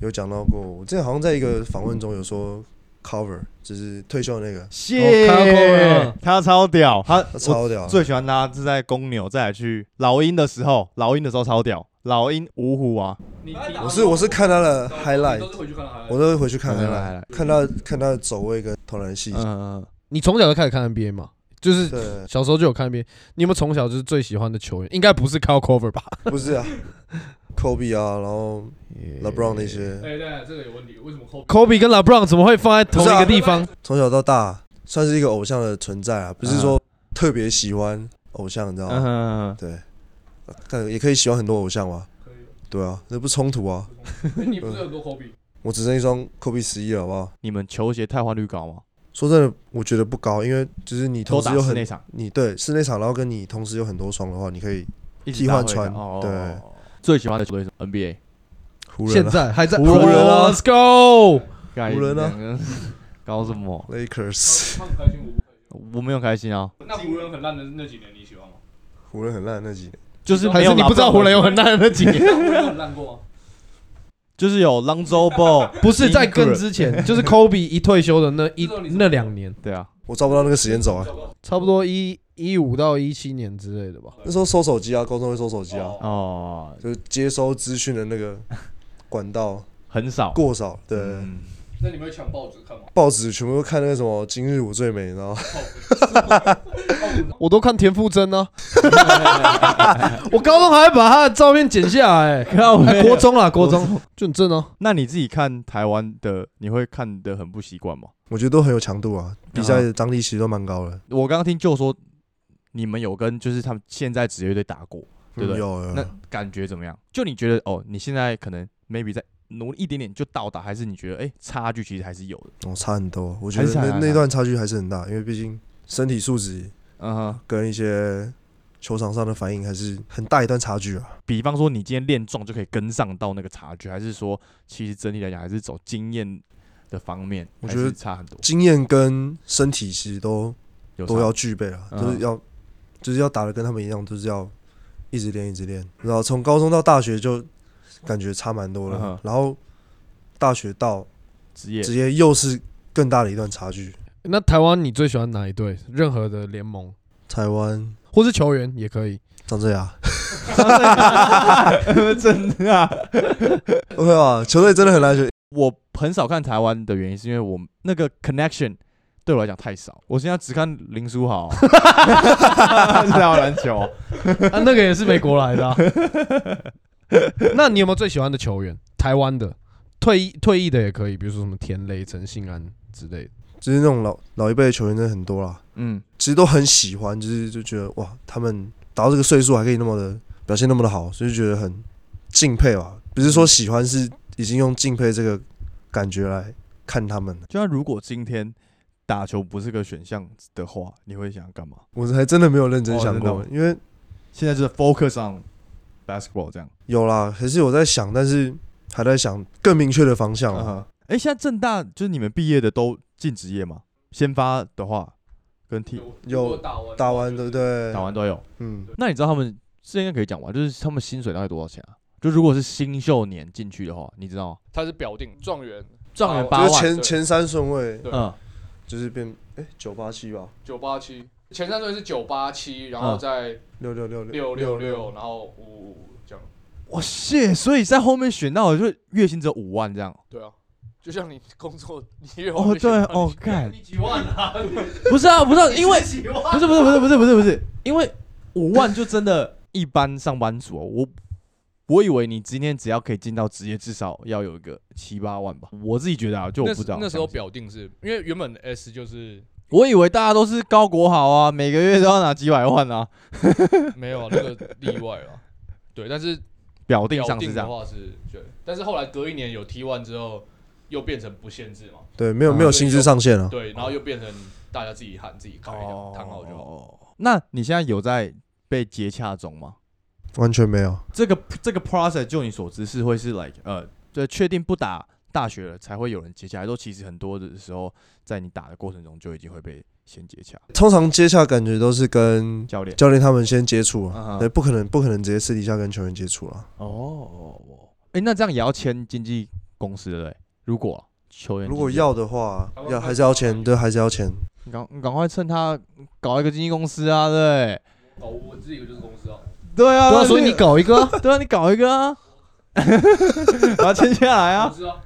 [SPEAKER 4] 有讲到过，我之前好像在一个访问中有说 cover，就是退休的那个，
[SPEAKER 1] 谢、
[SPEAKER 2] 看到 Cole 了
[SPEAKER 1] 他超屌，嗯他
[SPEAKER 4] 他
[SPEAKER 1] 我
[SPEAKER 4] 超屌，
[SPEAKER 1] 最喜欢他是在公牛，再来去老鹰的时候，老鹰的时候超屌，老鹰五虎啊，
[SPEAKER 3] 你
[SPEAKER 4] 我是我是看他的 highlight，
[SPEAKER 3] 都是回去看 highlight，
[SPEAKER 4] 我都会回去看
[SPEAKER 1] 嗯
[SPEAKER 4] highlight，
[SPEAKER 1] 来来
[SPEAKER 4] 看他看他的走位跟投篮细
[SPEAKER 1] 嗯
[SPEAKER 4] 节。
[SPEAKER 1] 嗯，
[SPEAKER 2] 你从小就开始看 NBA 嘛？
[SPEAKER 3] 嗯
[SPEAKER 2] 就是
[SPEAKER 4] 对，
[SPEAKER 2] 小时候就有看 NBA，你有没有从小就是最喜欢的球员？应该不是 Kyle Cover 吧
[SPEAKER 4] 不 是啊，Kobe 啊，然后
[SPEAKER 3] 嗯
[SPEAKER 4] LeBron 那些，
[SPEAKER 3] 哎，
[SPEAKER 2] 啊
[SPEAKER 3] 对，这个有问题，为什么扣？
[SPEAKER 2] ？Kobe 跟 LeBron 怎么会放在同一个地方？
[SPEAKER 4] 从小到大算是一个偶像的存在啊，不是
[SPEAKER 1] 嗯
[SPEAKER 4] 说特别喜欢偶像，你知道
[SPEAKER 1] 嗯
[SPEAKER 4] 吗？
[SPEAKER 1] 嗯，
[SPEAKER 4] 对，但也可以喜欢很多偶像嘛，
[SPEAKER 3] 可以
[SPEAKER 4] 对啊，那不冲突啊。
[SPEAKER 3] 哎 你不是有多抠鼻？
[SPEAKER 4] 我只剩一双 Kobe 十一了，好不好？
[SPEAKER 1] 你们球鞋汰换率高吗？
[SPEAKER 4] 说真的，我觉得不高，因为就是你
[SPEAKER 1] 都
[SPEAKER 4] 同时
[SPEAKER 1] 打
[SPEAKER 4] 有
[SPEAKER 1] 室
[SPEAKER 4] 很
[SPEAKER 1] 内场，
[SPEAKER 4] 你对室内场，然后跟你同时有很多双的话，你可以
[SPEAKER 1] 一
[SPEAKER 4] 替
[SPEAKER 1] 起打
[SPEAKER 4] 换
[SPEAKER 1] 回
[SPEAKER 4] 穿
[SPEAKER 1] 打哦
[SPEAKER 4] 对
[SPEAKER 1] 哦哦最喜欢的球队是什么 NBA，
[SPEAKER 4] 湖人、
[SPEAKER 2] 现
[SPEAKER 4] 啊、
[SPEAKER 2] 在还在
[SPEAKER 1] 湖人啊
[SPEAKER 2] l e t s go！
[SPEAKER 1] 干
[SPEAKER 4] 湖人啊呢
[SPEAKER 1] 两个？ 搞什么？
[SPEAKER 4] Lakers，
[SPEAKER 3] 他很开心，我不开心。
[SPEAKER 1] 我没有开心啊，
[SPEAKER 3] 那湖人很烂的那几年，你喜欢吗？
[SPEAKER 4] 湖人很烂那几年，
[SPEAKER 1] 就是
[SPEAKER 2] 还
[SPEAKER 1] 没有
[SPEAKER 2] 是你不知道
[SPEAKER 1] LeBron
[SPEAKER 2] 湖人有很烂的那几年？
[SPEAKER 3] 湖人很烂过吗？
[SPEAKER 1] 就是有 Lonzo Ball，
[SPEAKER 2] 不是在更之前，就是 Kobe 一退休的那一那两年，
[SPEAKER 1] 对啊，
[SPEAKER 4] 我找不到那个时间走啊。
[SPEAKER 2] 差不多一一五到一七年之类的吧。
[SPEAKER 4] 那时候收手机啊，高中会收手机啊，
[SPEAKER 3] 哦
[SPEAKER 1] 哦，
[SPEAKER 4] 就是接收资讯的那个管道
[SPEAKER 1] 很少。
[SPEAKER 4] 过少。对，
[SPEAKER 1] 嗯
[SPEAKER 3] 那你们会抢报纸看吗？
[SPEAKER 4] 报纸全部都看那个什么《今日我最美》，然后
[SPEAKER 2] 我都看田馥甄 呢，我高中还把他的照片剪下来、
[SPEAKER 1] 靠
[SPEAKER 2] 哎
[SPEAKER 1] 背
[SPEAKER 2] 国中啦，国中 就很正哦、
[SPEAKER 1] 那你自己看台湾的，你会看的很不习惯吗？
[SPEAKER 4] 我觉得都很有强度啊，比赛的张力其实都蛮高的。
[SPEAKER 1] 我刚刚听就说你们有跟就是他们现在职业队打过，对不
[SPEAKER 4] 嗯
[SPEAKER 1] 对
[SPEAKER 4] 有
[SPEAKER 1] 那
[SPEAKER 4] 有，
[SPEAKER 1] 感觉怎么样？就你觉得哦，你现在可能 maybe 在努力一点点就到达，还是你觉得哎、差距其实还是有的？
[SPEAKER 4] 我哦差很多，我觉
[SPEAKER 1] 还
[SPEAKER 4] 得
[SPEAKER 1] 是差还
[SPEAKER 4] 那
[SPEAKER 1] 是差
[SPEAKER 4] 那段差距还是很大，因为毕竟身体素质
[SPEAKER 1] 嗯哼，
[SPEAKER 4] 跟一些球场上的反应还是很大一段差距啊。
[SPEAKER 1] 比方说你今天练壮就可以跟上到那个差距，还是说其实整体来讲还是走经验的方面，
[SPEAKER 4] 我
[SPEAKER 1] 还
[SPEAKER 4] 觉得
[SPEAKER 1] 是差很多，
[SPEAKER 4] 经验跟身体其实都
[SPEAKER 1] 有
[SPEAKER 4] 都
[SPEAKER 1] 差
[SPEAKER 4] 要具备啊，
[SPEAKER 1] 嗯
[SPEAKER 4] 就是要就是要打的跟他们一样，就是要一直练一直练。然后从高中到大学就感觉差蛮多
[SPEAKER 1] 嗯哼
[SPEAKER 4] 了，然后大学到
[SPEAKER 1] 职业
[SPEAKER 4] 职业又是更大的一段差距。
[SPEAKER 2] 那台湾你最喜欢哪一队？任何的联盟
[SPEAKER 4] 台湾
[SPEAKER 2] 或是球员也可以。
[SPEAKER 4] 张镇雅
[SPEAKER 1] 真的啊。
[SPEAKER 4] ，OK 啊，球队真的很难选。
[SPEAKER 1] 我很少看台湾的原因，是因为我那个 connection 对我来讲太少。我现在只看林书豪， 是台湾篮球。
[SPEAKER 2] 啊，那个也是美国来 的啊、那你有没有最喜欢的球员？台湾的退役退役的也可以，比如说什么田雷、陈信安之类的。
[SPEAKER 4] 就是那种老老一辈的球员真的很多啦，
[SPEAKER 1] 嗯，
[SPEAKER 4] 其实都很喜欢，就是就觉得哇，他们达到这个岁数还可以那么的表现那么的好，所以就觉得很敬佩吧。不是
[SPEAKER 1] 嗯
[SPEAKER 4] 说喜欢，是已经用敬佩这个感觉来看他们了。
[SPEAKER 1] 就像如果今天打球不是个选项的话，你会想干嘛？
[SPEAKER 4] 我还真的没有认真
[SPEAKER 1] 哦
[SPEAKER 4] 想
[SPEAKER 1] 真的
[SPEAKER 4] 过，
[SPEAKER 1] 吗
[SPEAKER 4] 因为
[SPEAKER 1] 现在就是 focus on basketball 这样。
[SPEAKER 4] 有啦，还是有在想，但是还在想更明确的方向啊
[SPEAKER 1] 嗯
[SPEAKER 4] 啦。
[SPEAKER 1] 哼哎、现在正大就是你们毕业的都进职业吗？先发的话，跟 T
[SPEAKER 4] 有
[SPEAKER 3] 打完
[SPEAKER 4] 打完对不？对？
[SPEAKER 1] 打完都有。
[SPEAKER 4] 嗯，
[SPEAKER 1] 那你知道他们这应该可以讲吧？就是他们薪水大概多少钱啊？就如果是新秀年进去的话，你知道吗？
[SPEAKER 3] 他是表定状元，
[SPEAKER 1] 状元
[SPEAKER 3] 啊
[SPEAKER 1] 八
[SPEAKER 4] 就
[SPEAKER 1] 万
[SPEAKER 4] 是前
[SPEAKER 3] 对
[SPEAKER 4] 前三顺位
[SPEAKER 3] 对
[SPEAKER 1] 嗯，
[SPEAKER 4] 就是变哎九八七吧，
[SPEAKER 3] 九八七，前三顺位是九八七，然后
[SPEAKER 1] 嗯
[SPEAKER 3] 再
[SPEAKER 4] 六六六
[SPEAKER 3] 六六六，然后五五五这样。
[SPEAKER 1] 哇塞！所以在后面选到的就月薪只有五万这样。
[SPEAKER 3] 对啊，就像你工作，你也有
[SPEAKER 1] 哦，
[SPEAKER 3] 会选
[SPEAKER 1] 对，
[SPEAKER 3] 到
[SPEAKER 1] 哦，干，
[SPEAKER 5] 你几万啊？
[SPEAKER 1] 不是啊，不是啊，因为
[SPEAKER 5] 你几
[SPEAKER 1] 不
[SPEAKER 5] 万？
[SPEAKER 1] 是不是不是不是不是不是，因为五万就真的一般上班族、哦，我我以为你今天只要可以进到职业，至少要有一个七八万吧。我自己觉得啊，就我
[SPEAKER 3] 那
[SPEAKER 1] 不知道
[SPEAKER 3] 那时候
[SPEAKER 1] 详细
[SPEAKER 3] 表定是因为原本 S 就是
[SPEAKER 1] 我以为大家都是高国好啊，每个月都要拿几百万啊，
[SPEAKER 3] 没有啊那个例外了，对，但 是
[SPEAKER 1] 表定
[SPEAKER 3] 表
[SPEAKER 1] 上是
[SPEAKER 3] 定
[SPEAKER 1] 这
[SPEAKER 3] 的
[SPEAKER 1] 样。
[SPEAKER 3] 话是对，但是后来隔一年有 T one 之后，又变成不限制嘛，
[SPEAKER 4] 对，没有
[SPEAKER 1] 啊
[SPEAKER 4] 没有薪资上限啊。
[SPEAKER 3] 对，然后又变成大家自己喊自己开这
[SPEAKER 1] 哦
[SPEAKER 3] 样，谈好就好。
[SPEAKER 1] 好。那你现在有在被接洽中吗？
[SPEAKER 4] 完全没有。
[SPEAKER 1] 这个这个 process 就你所知是会是 like 呃，就确定不打大学了才会有人接洽，还是说其实很多的时候在你打的过程中就已经会被先接洽
[SPEAKER 4] 通常接洽感觉都是跟
[SPEAKER 1] 教练？
[SPEAKER 4] 教练他们先接触啊，
[SPEAKER 1] 啊
[SPEAKER 4] 对，不可能不可能直接私底下跟球员接触了。
[SPEAKER 1] 哦，哎、那这样也要签经纪公司对不对？如果啊、球员
[SPEAKER 4] 如果
[SPEAKER 1] 经纪人，
[SPEAKER 4] 要的话
[SPEAKER 3] 台，湾
[SPEAKER 4] 要
[SPEAKER 3] 快
[SPEAKER 4] 还是要钱，对，还是 要钱。
[SPEAKER 1] 你赶你赶快趁他搞一个经纪公司啊，对
[SPEAKER 3] 哦，我自己就是公司啊，
[SPEAKER 1] 不对对啊，
[SPEAKER 2] 对啊，
[SPEAKER 1] 那
[SPEAKER 2] 所以你搞一个啊，
[SPEAKER 1] 对啊，你搞一个啊， 把它签下来啊
[SPEAKER 3] 投。资啊，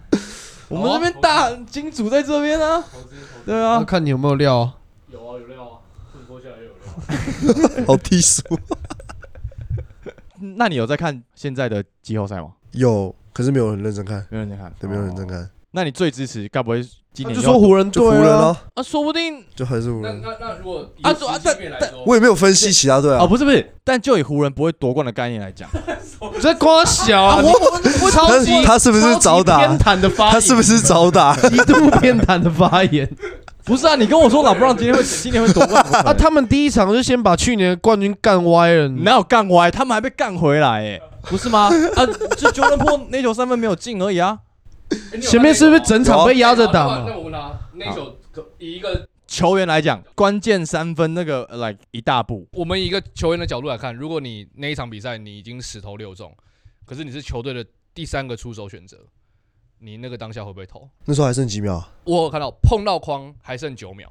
[SPEAKER 1] 我们这边大金主在这边啊，
[SPEAKER 3] 投资投资
[SPEAKER 1] 对
[SPEAKER 2] 要
[SPEAKER 1] 啊，
[SPEAKER 2] 看你有没有料啊。
[SPEAKER 3] 有啊有料啊，混过下来又有料啊。
[SPEAKER 4] 好低俗。
[SPEAKER 1] 那你有在看现在的季后赛吗？
[SPEAKER 4] 有，可是没有很认真看，
[SPEAKER 1] 没有人在看，
[SPEAKER 4] 对，没有人认
[SPEAKER 1] 在
[SPEAKER 4] 真看。
[SPEAKER 1] 那你最支持，该不会今
[SPEAKER 2] 他
[SPEAKER 1] 年
[SPEAKER 2] 就说湖人
[SPEAKER 4] 就湖
[SPEAKER 2] 队
[SPEAKER 4] 人
[SPEAKER 2] 啊，
[SPEAKER 4] 啊，
[SPEAKER 1] 啊？说不定
[SPEAKER 4] 就还是湖
[SPEAKER 3] 那
[SPEAKER 5] 嗯
[SPEAKER 4] 人。
[SPEAKER 3] 那那如果
[SPEAKER 1] 啊
[SPEAKER 3] 啊，
[SPEAKER 1] 对啊
[SPEAKER 3] 啊，
[SPEAKER 1] 但
[SPEAKER 3] 但来说，
[SPEAKER 4] 我也没有分析其他队啊
[SPEAKER 1] 哦，，不是不是，但就以湖人不会夺冠的概念来讲，
[SPEAKER 2] 你在光小啊，你超级
[SPEAKER 4] 他他是不是
[SPEAKER 2] 超
[SPEAKER 4] 早
[SPEAKER 2] 级
[SPEAKER 4] 打
[SPEAKER 2] 偏啊袒的发言？
[SPEAKER 4] 他是不是早打？
[SPEAKER 2] 极度偏袒的发 言
[SPEAKER 1] 不是啊？你跟我说老布朗今天会今年会夺冠，
[SPEAKER 2] 啊！他们第一场就先把去年的冠军干歪了，
[SPEAKER 1] 哪有干歪？他们还被干回来哎，不是吗？啊，就九人破那球三分没有进而已啊，
[SPEAKER 3] 哎你有
[SPEAKER 2] 前面是不是整场
[SPEAKER 4] 有啊
[SPEAKER 2] 被压着打
[SPEAKER 3] 那我
[SPEAKER 2] 嘛
[SPEAKER 3] 那？我问他，那一手可以一个
[SPEAKER 1] 球员来讲，关键三分那个呃 like 一大步，
[SPEAKER 3] 我们以一个球员的角度来看，如果你那一场比赛你已经十投六中，可是你是球队的第三个出手选择，你那个当下会不会投？
[SPEAKER 4] 那时候还剩几秒啊？
[SPEAKER 3] 我有看到碰到框还剩九秒，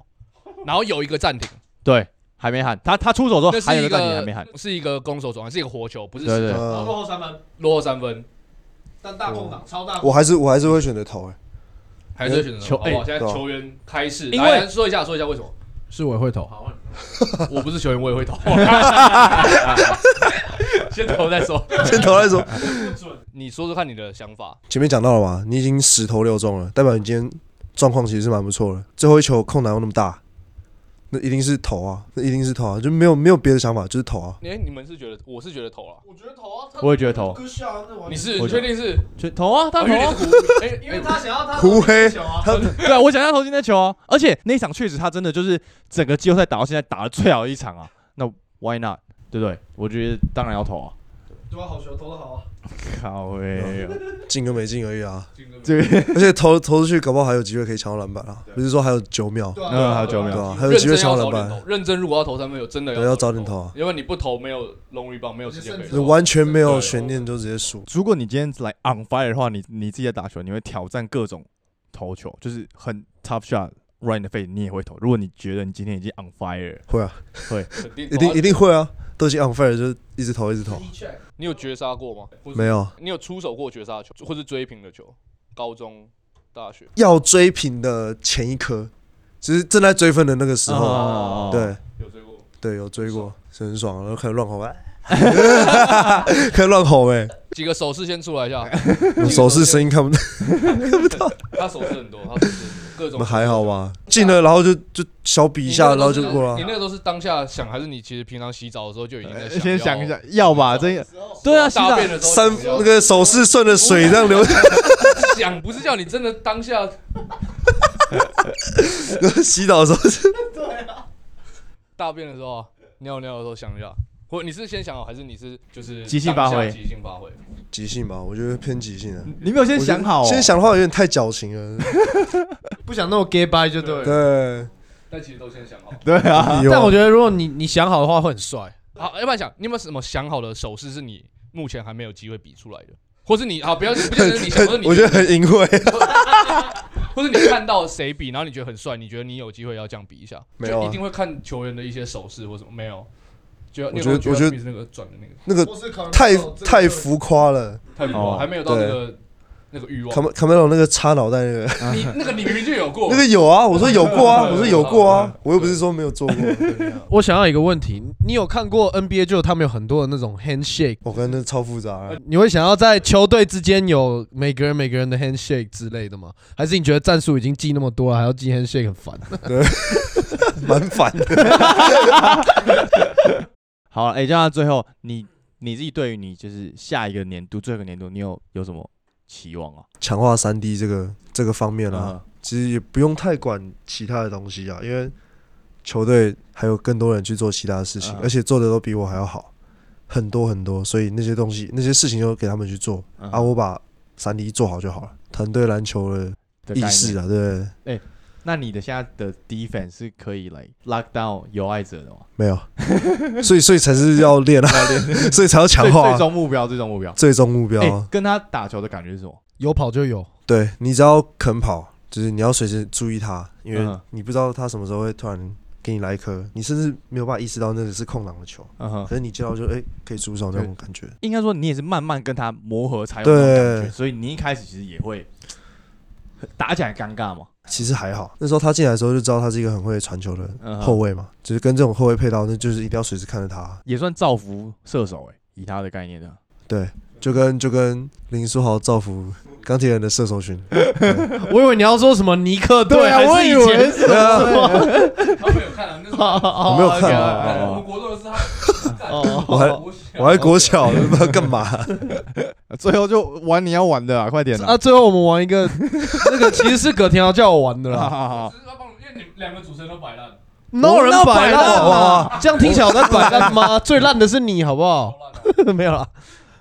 [SPEAKER 3] 然后有一个暂停，
[SPEAKER 1] 对，还没喊他他出手之后
[SPEAKER 3] 那
[SPEAKER 1] 哦还有
[SPEAKER 3] 是一
[SPEAKER 1] 暂停还没喊
[SPEAKER 3] 个，是一个攻守转换，是一个活球，不是
[SPEAKER 1] 对
[SPEAKER 3] 失
[SPEAKER 1] 对
[SPEAKER 3] 球
[SPEAKER 5] 然后哦
[SPEAKER 4] 呃，
[SPEAKER 5] 落后三分，
[SPEAKER 3] 落后三分，
[SPEAKER 5] 但大空档，超大空
[SPEAKER 4] 我还是我还是会选择投， 哎，
[SPEAKER 3] 还是选择
[SPEAKER 1] 球
[SPEAKER 3] 投好不好？
[SPEAKER 1] 哎
[SPEAKER 3] 现在
[SPEAKER 4] 对啊
[SPEAKER 3] 球员开始，
[SPEAKER 1] 因为
[SPEAKER 3] 来说一下说一下为什么？
[SPEAKER 2] 是我会投，
[SPEAKER 5] 档。好，
[SPEAKER 3] 我不是球员，我也会 投，先投再说。
[SPEAKER 4] 先投再说。
[SPEAKER 5] 不准。
[SPEAKER 3] 你说说看你的想法，
[SPEAKER 4] 前面讲到了嘛，你已经十投六中了，代表你今天状况其实是蛮不错的。最后一球空档又那么大，那一定是投啊，那一定是投啊，就没有没有别的想法，就是投啊。
[SPEAKER 3] 哎，你们是觉得，我是觉得投了。
[SPEAKER 5] 我觉得投啊，他
[SPEAKER 1] 我也觉得投
[SPEAKER 5] 割下啊，那完全
[SPEAKER 3] 你是
[SPEAKER 1] 我
[SPEAKER 3] 你确定是？
[SPEAKER 1] 就投啊，他
[SPEAKER 3] 哦
[SPEAKER 1] 投
[SPEAKER 3] 因为
[SPEAKER 1] 啊
[SPEAKER 3] 你，是湖哎，
[SPEAKER 5] 因为他想要他
[SPEAKER 4] 胡黑
[SPEAKER 5] 球啊，
[SPEAKER 1] 对啊，我想要投进那球啊！而且那一场确实他真的就是整个季后赛打到现在打的最好的一场啊。那 why not？对不对？我觉得当然要投啊。
[SPEAKER 5] 对啊，好球投的好啊。
[SPEAKER 1] 靠哎、
[SPEAKER 4] 进跟没进而已啊，
[SPEAKER 1] 这个
[SPEAKER 4] 而且投投出去，搞不好还有机会可以抢到篮板啊！不是说还有九秒，
[SPEAKER 5] 对啊，
[SPEAKER 1] 嗯还有
[SPEAKER 5] 对
[SPEAKER 1] 九
[SPEAKER 5] 啊
[SPEAKER 1] 秒
[SPEAKER 4] 对啊，还
[SPEAKER 3] 认
[SPEAKER 4] 有机
[SPEAKER 3] 真
[SPEAKER 4] 会
[SPEAKER 3] 要早
[SPEAKER 4] 抢到篮
[SPEAKER 3] 点
[SPEAKER 4] 板，
[SPEAKER 3] 投，认真如果要投三分，有真的
[SPEAKER 4] 对，要早点投啊！
[SPEAKER 3] 因为你不投没有 long rebound，没有时间可以
[SPEAKER 5] 对
[SPEAKER 4] 就
[SPEAKER 3] 投。
[SPEAKER 4] 完全没有悬念就直接输。
[SPEAKER 1] 如果你今天来 on fire 的话，你你自己在打球，你会挑战各种投球，就是很 top shot right in the face，你也会投。如果你觉得你今天已经 on fire，了
[SPEAKER 4] 会啊，
[SPEAKER 3] 肯定
[SPEAKER 4] 一定一
[SPEAKER 3] 定。
[SPEAKER 4] 定会啊！都已经 on fire 就一直投一直投，
[SPEAKER 5] 一 check
[SPEAKER 3] 你有绝杀过吗？或是
[SPEAKER 4] 没。有
[SPEAKER 3] 你有出手过绝杀球，或是追平的球？高中、大学，
[SPEAKER 4] 要追平的前一颗，就是正在追分的那个时候，啊
[SPEAKER 1] 哦
[SPEAKER 4] 对。
[SPEAKER 3] 有追过。啊
[SPEAKER 4] 对，有追过，是很爽，然后开始乱吼哎， 开始乱吼哎，
[SPEAKER 3] 几个手势先出 来一下，
[SPEAKER 4] 用手势声音看不到，
[SPEAKER 3] 他手势很多，他手势很多各种。
[SPEAKER 4] 还好？吧？进了，然后就就小比一下，然后就过了
[SPEAKER 3] 你。那个都是当下想，还是你其实平常洗澡的时候就已经在想？
[SPEAKER 4] 哎
[SPEAKER 1] 呃先想一，下，要
[SPEAKER 4] 哦
[SPEAKER 1] 吧？真
[SPEAKER 5] 时候，
[SPEAKER 1] 对啊，洗
[SPEAKER 3] 大
[SPEAKER 1] 澡
[SPEAKER 3] 便的时候
[SPEAKER 4] 三那个手势顺着水这样流，
[SPEAKER 3] 想，不是叫你真的当下
[SPEAKER 4] 洗澡的时候
[SPEAKER 3] 大便的时候啊、尿尿的时候想一下，或你是先想好，还是你是就是
[SPEAKER 1] 即兴发挥
[SPEAKER 3] 当下即兴发挥？
[SPEAKER 4] 即兴吧，我觉得偏即兴的。啊
[SPEAKER 1] 你没有先想好、哦，
[SPEAKER 4] 先想的话有点太矫情了。
[SPEAKER 2] 不想那么 gay bye 就对了。
[SPEAKER 4] 对，啊
[SPEAKER 3] 但其实都先想好。
[SPEAKER 1] 对啊，
[SPEAKER 4] 有
[SPEAKER 2] 但我觉得如果你你想好的话会很帅。
[SPEAKER 3] 好，要不然想，你有没有什么想好的手势是你目前还 没有机会比出来的，或是你好，不要不见得是你想，或是你
[SPEAKER 4] 我觉得很淫秽，
[SPEAKER 3] 或者你看到谁比，然后你觉得很帅，你觉得你有机会要这样比一下，
[SPEAKER 4] 没有啊
[SPEAKER 3] 就一定会看球员的一些手势或什么，没有。就
[SPEAKER 4] 我觉得我觉得
[SPEAKER 3] 是那个转的那个
[SPEAKER 4] 那
[SPEAKER 2] 呃
[SPEAKER 4] 个
[SPEAKER 5] 或是可能
[SPEAKER 4] 太
[SPEAKER 2] 哦
[SPEAKER 5] 到这个
[SPEAKER 4] 太浮夸了。
[SPEAKER 3] 太不
[SPEAKER 1] 哦
[SPEAKER 3] 好，还没有到那个那个欲望
[SPEAKER 4] 卡。梅卡梅隆那个插脑袋那个，
[SPEAKER 3] 你那个你明明就有过，
[SPEAKER 4] 那个有啊，我说有过啊，我说有过啊
[SPEAKER 3] 对，
[SPEAKER 4] 我又不是说没有做过。对啊
[SPEAKER 2] 我想要一个问题，你有看过 NBA 就他们有很多的那种 handshake，
[SPEAKER 4] 我跟那超复杂啊，
[SPEAKER 2] 你会想要在球队之间有每个人每个人的 handshake 之类的吗？还是你觉得战术已经记那么多了，还要记 handshake 很烦？
[SPEAKER 4] 蛮烦的。
[SPEAKER 1] 好，哎、这样最后你你自己对于你就是下一个年度最后一个年度，你有有什么期望啊？
[SPEAKER 4] 强化三 D 这个这个方面啊，
[SPEAKER 1] 嗯
[SPEAKER 4] 其实也不用太管其他的东西啊，因为球队还有更多人去做其他的事情，
[SPEAKER 1] 嗯
[SPEAKER 4] 而且做的都比我还要好，很多很多，所以那些东西那些事情就给他们去做
[SPEAKER 1] 嗯
[SPEAKER 4] 啊，我把三 D 做好就好了。团队篮球的
[SPEAKER 1] 的
[SPEAKER 4] 意
[SPEAKER 1] 概
[SPEAKER 4] 识
[SPEAKER 1] 念
[SPEAKER 4] 啊，对，
[SPEAKER 1] 那你的现在的 defense 是可以来 lock down 有爱者的吗？
[SPEAKER 4] 没有， 所以所以才是要练啊， 所以才要强
[SPEAKER 1] 最
[SPEAKER 4] 化
[SPEAKER 1] 最
[SPEAKER 4] 啊、
[SPEAKER 1] 终目标，最终目标。
[SPEAKER 4] 最终目标
[SPEAKER 1] 哎、
[SPEAKER 4] 啊、
[SPEAKER 1] 跟他打球的感觉是什么？
[SPEAKER 2] 有跑就有，
[SPEAKER 4] 对你只要肯跑，就是你要随时注意他，因为
[SPEAKER 1] 嗯
[SPEAKER 4] 你不知道他什么时候会突然给你来一颗，你甚至没有办法意识到那个是空档的球，
[SPEAKER 1] 嗯哼
[SPEAKER 4] 可，是你接到就哎、可以出手那种感觉。
[SPEAKER 1] 应该说你也是慢慢跟他磨合才有那种感觉，
[SPEAKER 4] 对
[SPEAKER 1] 所以你一开始其实也会打起来很尴尬嘛。
[SPEAKER 4] 其实还好，那时候他进来的时候就知道他是一个很会传球的
[SPEAKER 1] 嗯哼
[SPEAKER 4] 后卫嘛，就是跟这种后卫配到，那就是一定要随时看着他，
[SPEAKER 1] 也算造福射手哎、以他的概念呢，
[SPEAKER 4] 对，就跟就跟林书豪造福钢铁人的射 手群，
[SPEAKER 2] 我以为你要说什么尼克队，还啊是以前
[SPEAKER 1] 是
[SPEAKER 4] 对啊
[SPEAKER 3] 他们有看啊，那时候
[SPEAKER 4] 我没有看
[SPEAKER 1] 哦
[SPEAKER 4] 啊，
[SPEAKER 1] 哦
[SPEAKER 3] 我们国中的是他，
[SPEAKER 1] 哦，
[SPEAKER 4] 我还我还国小，不知道干嘛。
[SPEAKER 1] 最后就玩你要玩的啊，快点
[SPEAKER 2] 啊，
[SPEAKER 1] 啊！
[SPEAKER 2] 最后我们玩一个，那个其实是葛天豪叫我玩
[SPEAKER 4] 啊
[SPEAKER 2] 的
[SPEAKER 1] 好
[SPEAKER 2] 啦，
[SPEAKER 1] 好好
[SPEAKER 3] 只是他帮我，因为你们两个主持人都摆烂，
[SPEAKER 2] 没有人摆烂
[SPEAKER 4] 哇
[SPEAKER 2] 啊，这样听起来我在摆烂吗？最烂的是你好不好？
[SPEAKER 4] 哦
[SPEAKER 3] 好烂 啊。
[SPEAKER 2] 没有啦。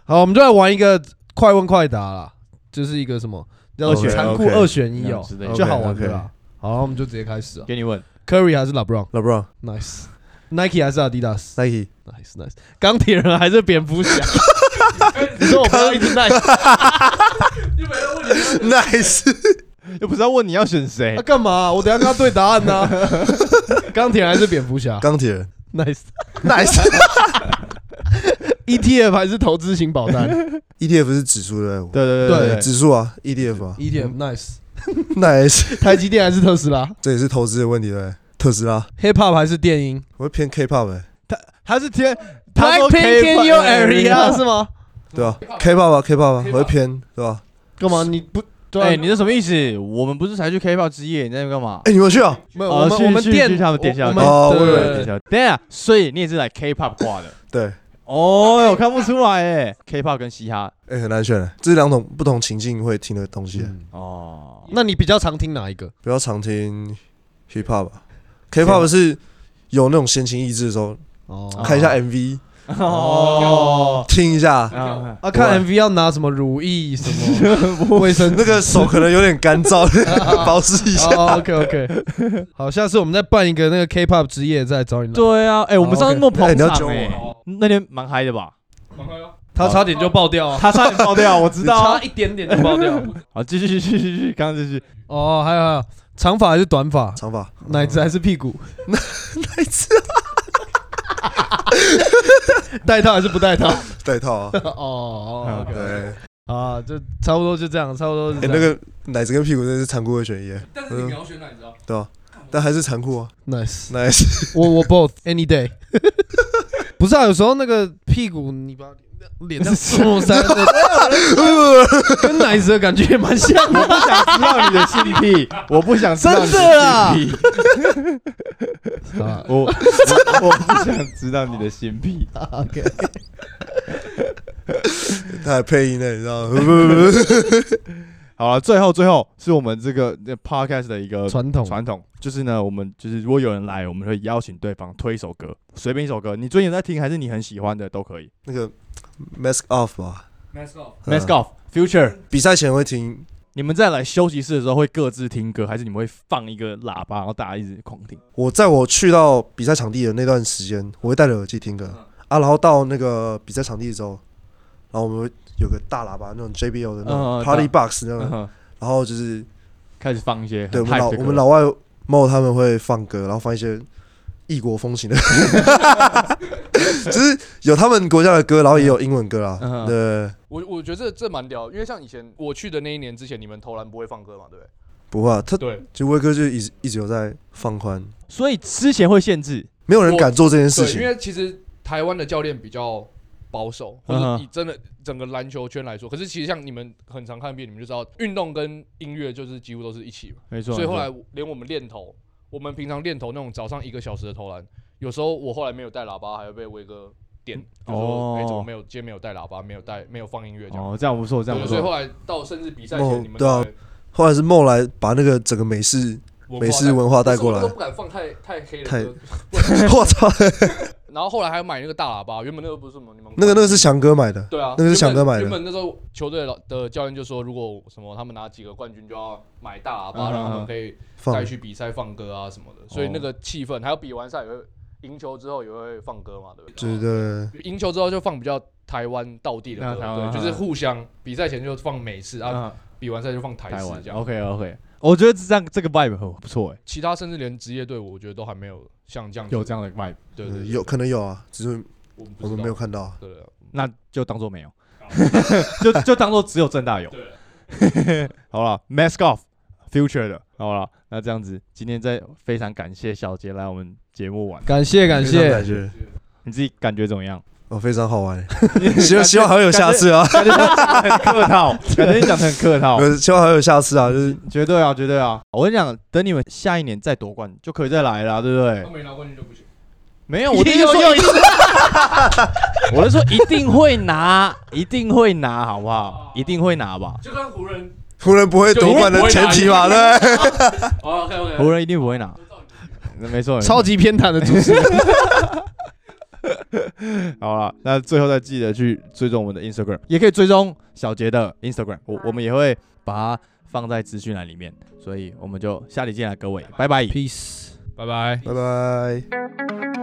[SPEAKER 2] 好，我们就来玩一个快问快答啦，就是一个什么叫做
[SPEAKER 1] OK，OK
[SPEAKER 2] 残酷二选一哦
[SPEAKER 1] 之类的，
[SPEAKER 2] 就好玩的啦。好，那我们就直接开始啊。
[SPEAKER 1] 给你问，
[SPEAKER 2] Curry 还是 LeBron？Nice。
[SPEAKER 4] 老 Bron
[SPEAKER 2] Nike 还是 Adidas？Nice
[SPEAKER 4] Nike
[SPEAKER 2] Nice。钢 铁人还是蝙蝠侠？ 你说我不要一直 Nice，
[SPEAKER 3] 你本来问你
[SPEAKER 4] Nice
[SPEAKER 1] 又不是要问你要选谁
[SPEAKER 2] 那，干嘛？我等一下跟他对答案呢。 钢铁人还是蝙蝠侠
[SPEAKER 4] 钢铁人
[SPEAKER 2] ？Nice。
[SPEAKER 4] Nice
[SPEAKER 2] ETF 还是投资型保单
[SPEAKER 4] ETF E 是指数的，
[SPEAKER 1] 对对
[SPEAKER 2] 对
[SPEAKER 1] 对，
[SPEAKER 4] 指数啊 ETF 啊
[SPEAKER 2] ？ETF Nice。
[SPEAKER 4] Nice
[SPEAKER 2] ？E 台积电还是特斯拉
[SPEAKER 4] 这也是投资的问题嘞。特斯拉，
[SPEAKER 2] ？Hip Hop 还是电音
[SPEAKER 4] 我会偏 K-pop 哎，
[SPEAKER 1] 他他是天，他说
[SPEAKER 2] ？Blackpink in your
[SPEAKER 1] K-pop-
[SPEAKER 2] area 是吗？
[SPEAKER 4] 对吧？K-pop 啊 K-pop 啊，我会偏对吧？
[SPEAKER 2] 干嘛？你不对啊
[SPEAKER 1] 哎，你这什么意思？我们不是才去 K-pop 之夜，你在那边干嘛？
[SPEAKER 4] 哎，你们去啊？
[SPEAKER 2] 没有，
[SPEAKER 1] 哦
[SPEAKER 2] 我们
[SPEAKER 1] 去
[SPEAKER 2] 我们
[SPEAKER 1] 去去
[SPEAKER 2] 店
[SPEAKER 1] 他们店下
[SPEAKER 2] 我
[SPEAKER 1] 面
[SPEAKER 2] 们
[SPEAKER 4] 哦
[SPEAKER 2] 对
[SPEAKER 4] 我以为
[SPEAKER 2] 对对
[SPEAKER 1] 等一下，所以你也是来 K-pop 挂的。
[SPEAKER 4] 对，
[SPEAKER 1] 哦哟，看不出来哎，K-pop 跟嘻哈
[SPEAKER 4] 哎，很难选欸，这是两种不同情境会听的东西欸，
[SPEAKER 1] 哦，
[SPEAKER 2] 那你比较常听哪一个？
[SPEAKER 4] 比较常听 Hip-hop 吧，K-pop 是有那种闲情逸致的时候，
[SPEAKER 2] 哦
[SPEAKER 4] 看一下 MV，
[SPEAKER 1] 哦，
[SPEAKER 4] 听一下，
[SPEAKER 1] 啊
[SPEAKER 2] 啊，看 MV 要拿什么如意什 么卫生纸
[SPEAKER 4] 那个手可能有点干 燥，保湿一下。
[SPEAKER 2] 哦，OK OK，好，下次我们再办一个那个 K-pop 之夜再找你来。
[SPEAKER 1] 对啊，哎，我们上次那么捧
[SPEAKER 4] 哎你要
[SPEAKER 1] 场
[SPEAKER 4] 揪我
[SPEAKER 1] 哎
[SPEAKER 3] 哦，
[SPEAKER 1] 那天蛮嗨的吧？
[SPEAKER 3] 蛮快啊
[SPEAKER 2] 他差点就爆掉啊，
[SPEAKER 1] 他差点爆掉，我知道 啊
[SPEAKER 2] 差。一点点就爆 掉。
[SPEAKER 1] 好，继续继续继续，刚刚继续。
[SPEAKER 2] 哦，还有还有，长发还是短发，
[SPEAKER 4] 长 发，
[SPEAKER 1] 嗯
[SPEAKER 2] 奶子还是屁股，
[SPEAKER 4] 那一次
[SPEAKER 2] 戴套还是不 戴套？
[SPEAKER 4] 戴套啊，
[SPEAKER 2] 哦哦，OK，
[SPEAKER 4] 对，哎
[SPEAKER 2] 啊，就差不多就这样，差不多是这
[SPEAKER 4] 那
[SPEAKER 2] 样。
[SPEAKER 4] 个奶子跟屁股真的是残酷二选一欸，
[SPEAKER 3] 但是你描选哪，啊你知道？
[SPEAKER 4] 对吧？但还是残酷啊，
[SPEAKER 2] nice，
[SPEAKER 4] 那还是
[SPEAKER 2] 我我 both any day，不是啊，有时候那个屁股你把脸上冲塞，跟奶子的感觉也蛮像
[SPEAKER 1] 我不想知道你的性癖，我不想知道你
[SPEAKER 2] 真的啊
[SPEAKER 1] 性癖，
[SPEAKER 2] 的啊。
[SPEAKER 1] 我我我不想知道你的性 癖。
[SPEAKER 2] OK，
[SPEAKER 4] 他还配音呢，你知道吗？不 不不不，
[SPEAKER 1] 好了，最后最后是我们这个这 podcast 的一个
[SPEAKER 2] 传统
[SPEAKER 1] 传统，就是呢，我们就是如果有人来，我们会邀请对方推一首歌，随便一首歌，你最近有在听还是你很喜欢的都可以。
[SPEAKER 4] 那个 mask off 吧，
[SPEAKER 3] Mask off，
[SPEAKER 4] 呃
[SPEAKER 1] Mask Off Future，
[SPEAKER 4] 比赛前会听，
[SPEAKER 1] 你们在来休息室的时候会各自听歌，还是你们会放一个喇叭，然后大家一直狂听？
[SPEAKER 4] 我在我去到比赛场地的那段时间，我会戴着耳机听歌啊，然后到那个比赛场地之后，然后我们会有个大喇叭那种 JBL 的
[SPEAKER 1] 嗯
[SPEAKER 4] 那
[SPEAKER 1] 嗯
[SPEAKER 4] 种
[SPEAKER 1] 嗯
[SPEAKER 4] party box 那种
[SPEAKER 1] 嗯，哼
[SPEAKER 4] 然后就是
[SPEAKER 1] 开始放一些
[SPEAKER 4] 呃对
[SPEAKER 1] 很 hype
[SPEAKER 4] 我们老
[SPEAKER 1] 的歌
[SPEAKER 4] 我们老外猫他们会放歌，然后放一些异国风情的， 就是有他们国家的歌，然后也有英文歌啦。
[SPEAKER 1] 嗯
[SPEAKER 4] 对，
[SPEAKER 3] 我我觉得这这蛮屌，因为像以前我去的那一年之前，你们投篮不会放歌嘛，对不
[SPEAKER 4] 不会、啊，他
[SPEAKER 3] 对？
[SPEAKER 4] 就威哥就一直一直有在放宽，
[SPEAKER 1] 所以之前会限制，
[SPEAKER 4] 没有人敢做这件事
[SPEAKER 3] 对，因
[SPEAKER 4] 情。
[SPEAKER 3] 为其实台湾的教练比较保守，或
[SPEAKER 1] 嗯
[SPEAKER 3] 者
[SPEAKER 1] 哼
[SPEAKER 3] 以真的整个篮球圈来说，可是其实像你们很常看片，你们就知道运动跟音乐就是几乎都是一起嘛。
[SPEAKER 1] 没错。
[SPEAKER 3] 所以后来
[SPEAKER 1] 没错
[SPEAKER 3] 连我们练投，我们平常练投那种早上一个小时的投篮，有时候我后来没有带喇叭，还会被威哥点，就说哎、
[SPEAKER 1] 哦
[SPEAKER 3] 怎么没有今天没有带喇叭，没有带没有放音乐这样。
[SPEAKER 1] 哦，这样不错，这样
[SPEAKER 3] 对，
[SPEAKER 1] 不
[SPEAKER 3] 所以
[SPEAKER 1] 错。
[SPEAKER 3] 后来到甚至比赛
[SPEAKER 4] 哦
[SPEAKER 3] 前，你们
[SPEAKER 4] 对啊后来是梦来把那个整个美式美式文化带过来
[SPEAKER 3] 我都，不敢放太太黑的
[SPEAKER 4] 太
[SPEAKER 3] 歌。
[SPEAKER 4] 我操，
[SPEAKER 3] 然后后来还买那个大喇叭，原本那个不是什么你们
[SPEAKER 4] 那个那个是翔哥买的，
[SPEAKER 3] 对啊，
[SPEAKER 4] 那个是
[SPEAKER 3] 原本
[SPEAKER 4] 翔哥买的
[SPEAKER 3] 原本那时候球队的老的教练就说，如果什么他们拿几个冠军，就要买大喇叭，
[SPEAKER 1] 嗯嗯嗯
[SPEAKER 3] 让他们可以
[SPEAKER 4] 放
[SPEAKER 3] 带去比赛放歌啊什么的。所以那个气氛，还有比完赛也会赢球之后也会放歌嘛，对不
[SPEAKER 4] 对
[SPEAKER 3] 对？对，
[SPEAKER 4] 对
[SPEAKER 3] 赢球之后就放比较台湾道地的
[SPEAKER 1] 那台
[SPEAKER 3] 歌，
[SPEAKER 1] 湾
[SPEAKER 3] 对，就是互相比赛前就放美式啊，
[SPEAKER 1] 啊，
[SPEAKER 3] 比完赛就放台
[SPEAKER 1] 台
[SPEAKER 3] 式
[SPEAKER 1] 湾
[SPEAKER 3] 这样。
[SPEAKER 1] OK OK，我觉得这样这个 vibe 很不错哎，
[SPEAKER 3] 其他甚至连职业队，伍，我觉得都还没有像这样
[SPEAKER 1] 有
[SPEAKER 3] 子
[SPEAKER 1] 这样的 vibe，
[SPEAKER 3] 对对
[SPEAKER 4] 对，
[SPEAKER 3] 对
[SPEAKER 4] 有可能有啊，只是
[SPEAKER 3] 我们不知
[SPEAKER 4] 我们
[SPEAKER 3] 道
[SPEAKER 4] 没有看到。
[SPEAKER 3] 对对对
[SPEAKER 1] 那就当做没有， 就就当做只有正大有。
[SPEAKER 5] 对，
[SPEAKER 1] 好了，Mask Off Future 的，好了，那这样子，今天再非常感谢小杰来我们节目玩，
[SPEAKER 2] 感谢感
[SPEAKER 4] 非常
[SPEAKER 2] 谢
[SPEAKER 4] 感，谢
[SPEAKER 1] 你自己感觉怎么 样？
[SPEAKER 4] 哦，非常好玩，希望希望还有下次啊，
[SPEAKER 1] 感觉很客 套，感觉你讲的很客套，
[SPEAKER 4] 呃希望还有下次啊，就是
[SPEAKER 1] 绝对啊，绝对啊！我跟你讲，等你们下一年再夺冠就可以再来了，对不
[SPEAKER 3] 他
[SPEAKER 1] 对？
[SPEAKER 3] 没拿冠军就不行。
[SPEAKER 1] 没有，我的意 思说，我是说一定会拿，一定会拿，好不
[SPEAKER 3] 啊
[SPEAKER 1] 好？一定会拿吧，
[SPEAKER 5] 就跟湖人
[SPEAKER 4] 湖人不会夺冠的前提嘛，对不对？
[SPEAKER 5] ，OK OK，
[SPEAKER 1] 湖人一定不会拿，那没错，没错
[SPEAKER 2] 超级偏袒的主持人，
[SPEAKER 1] 好了，那最后再记得去追踪我们的 Instagram，也可以追踪小杰的 Instagram，我我们也会把它放在资讯栏里面，所以我们就下期见了各位，拜拜。
[SPEAKER 2] ，peace。
[SPEAKER 3] 拜拜。
[SPEAKER 4] 拜拜。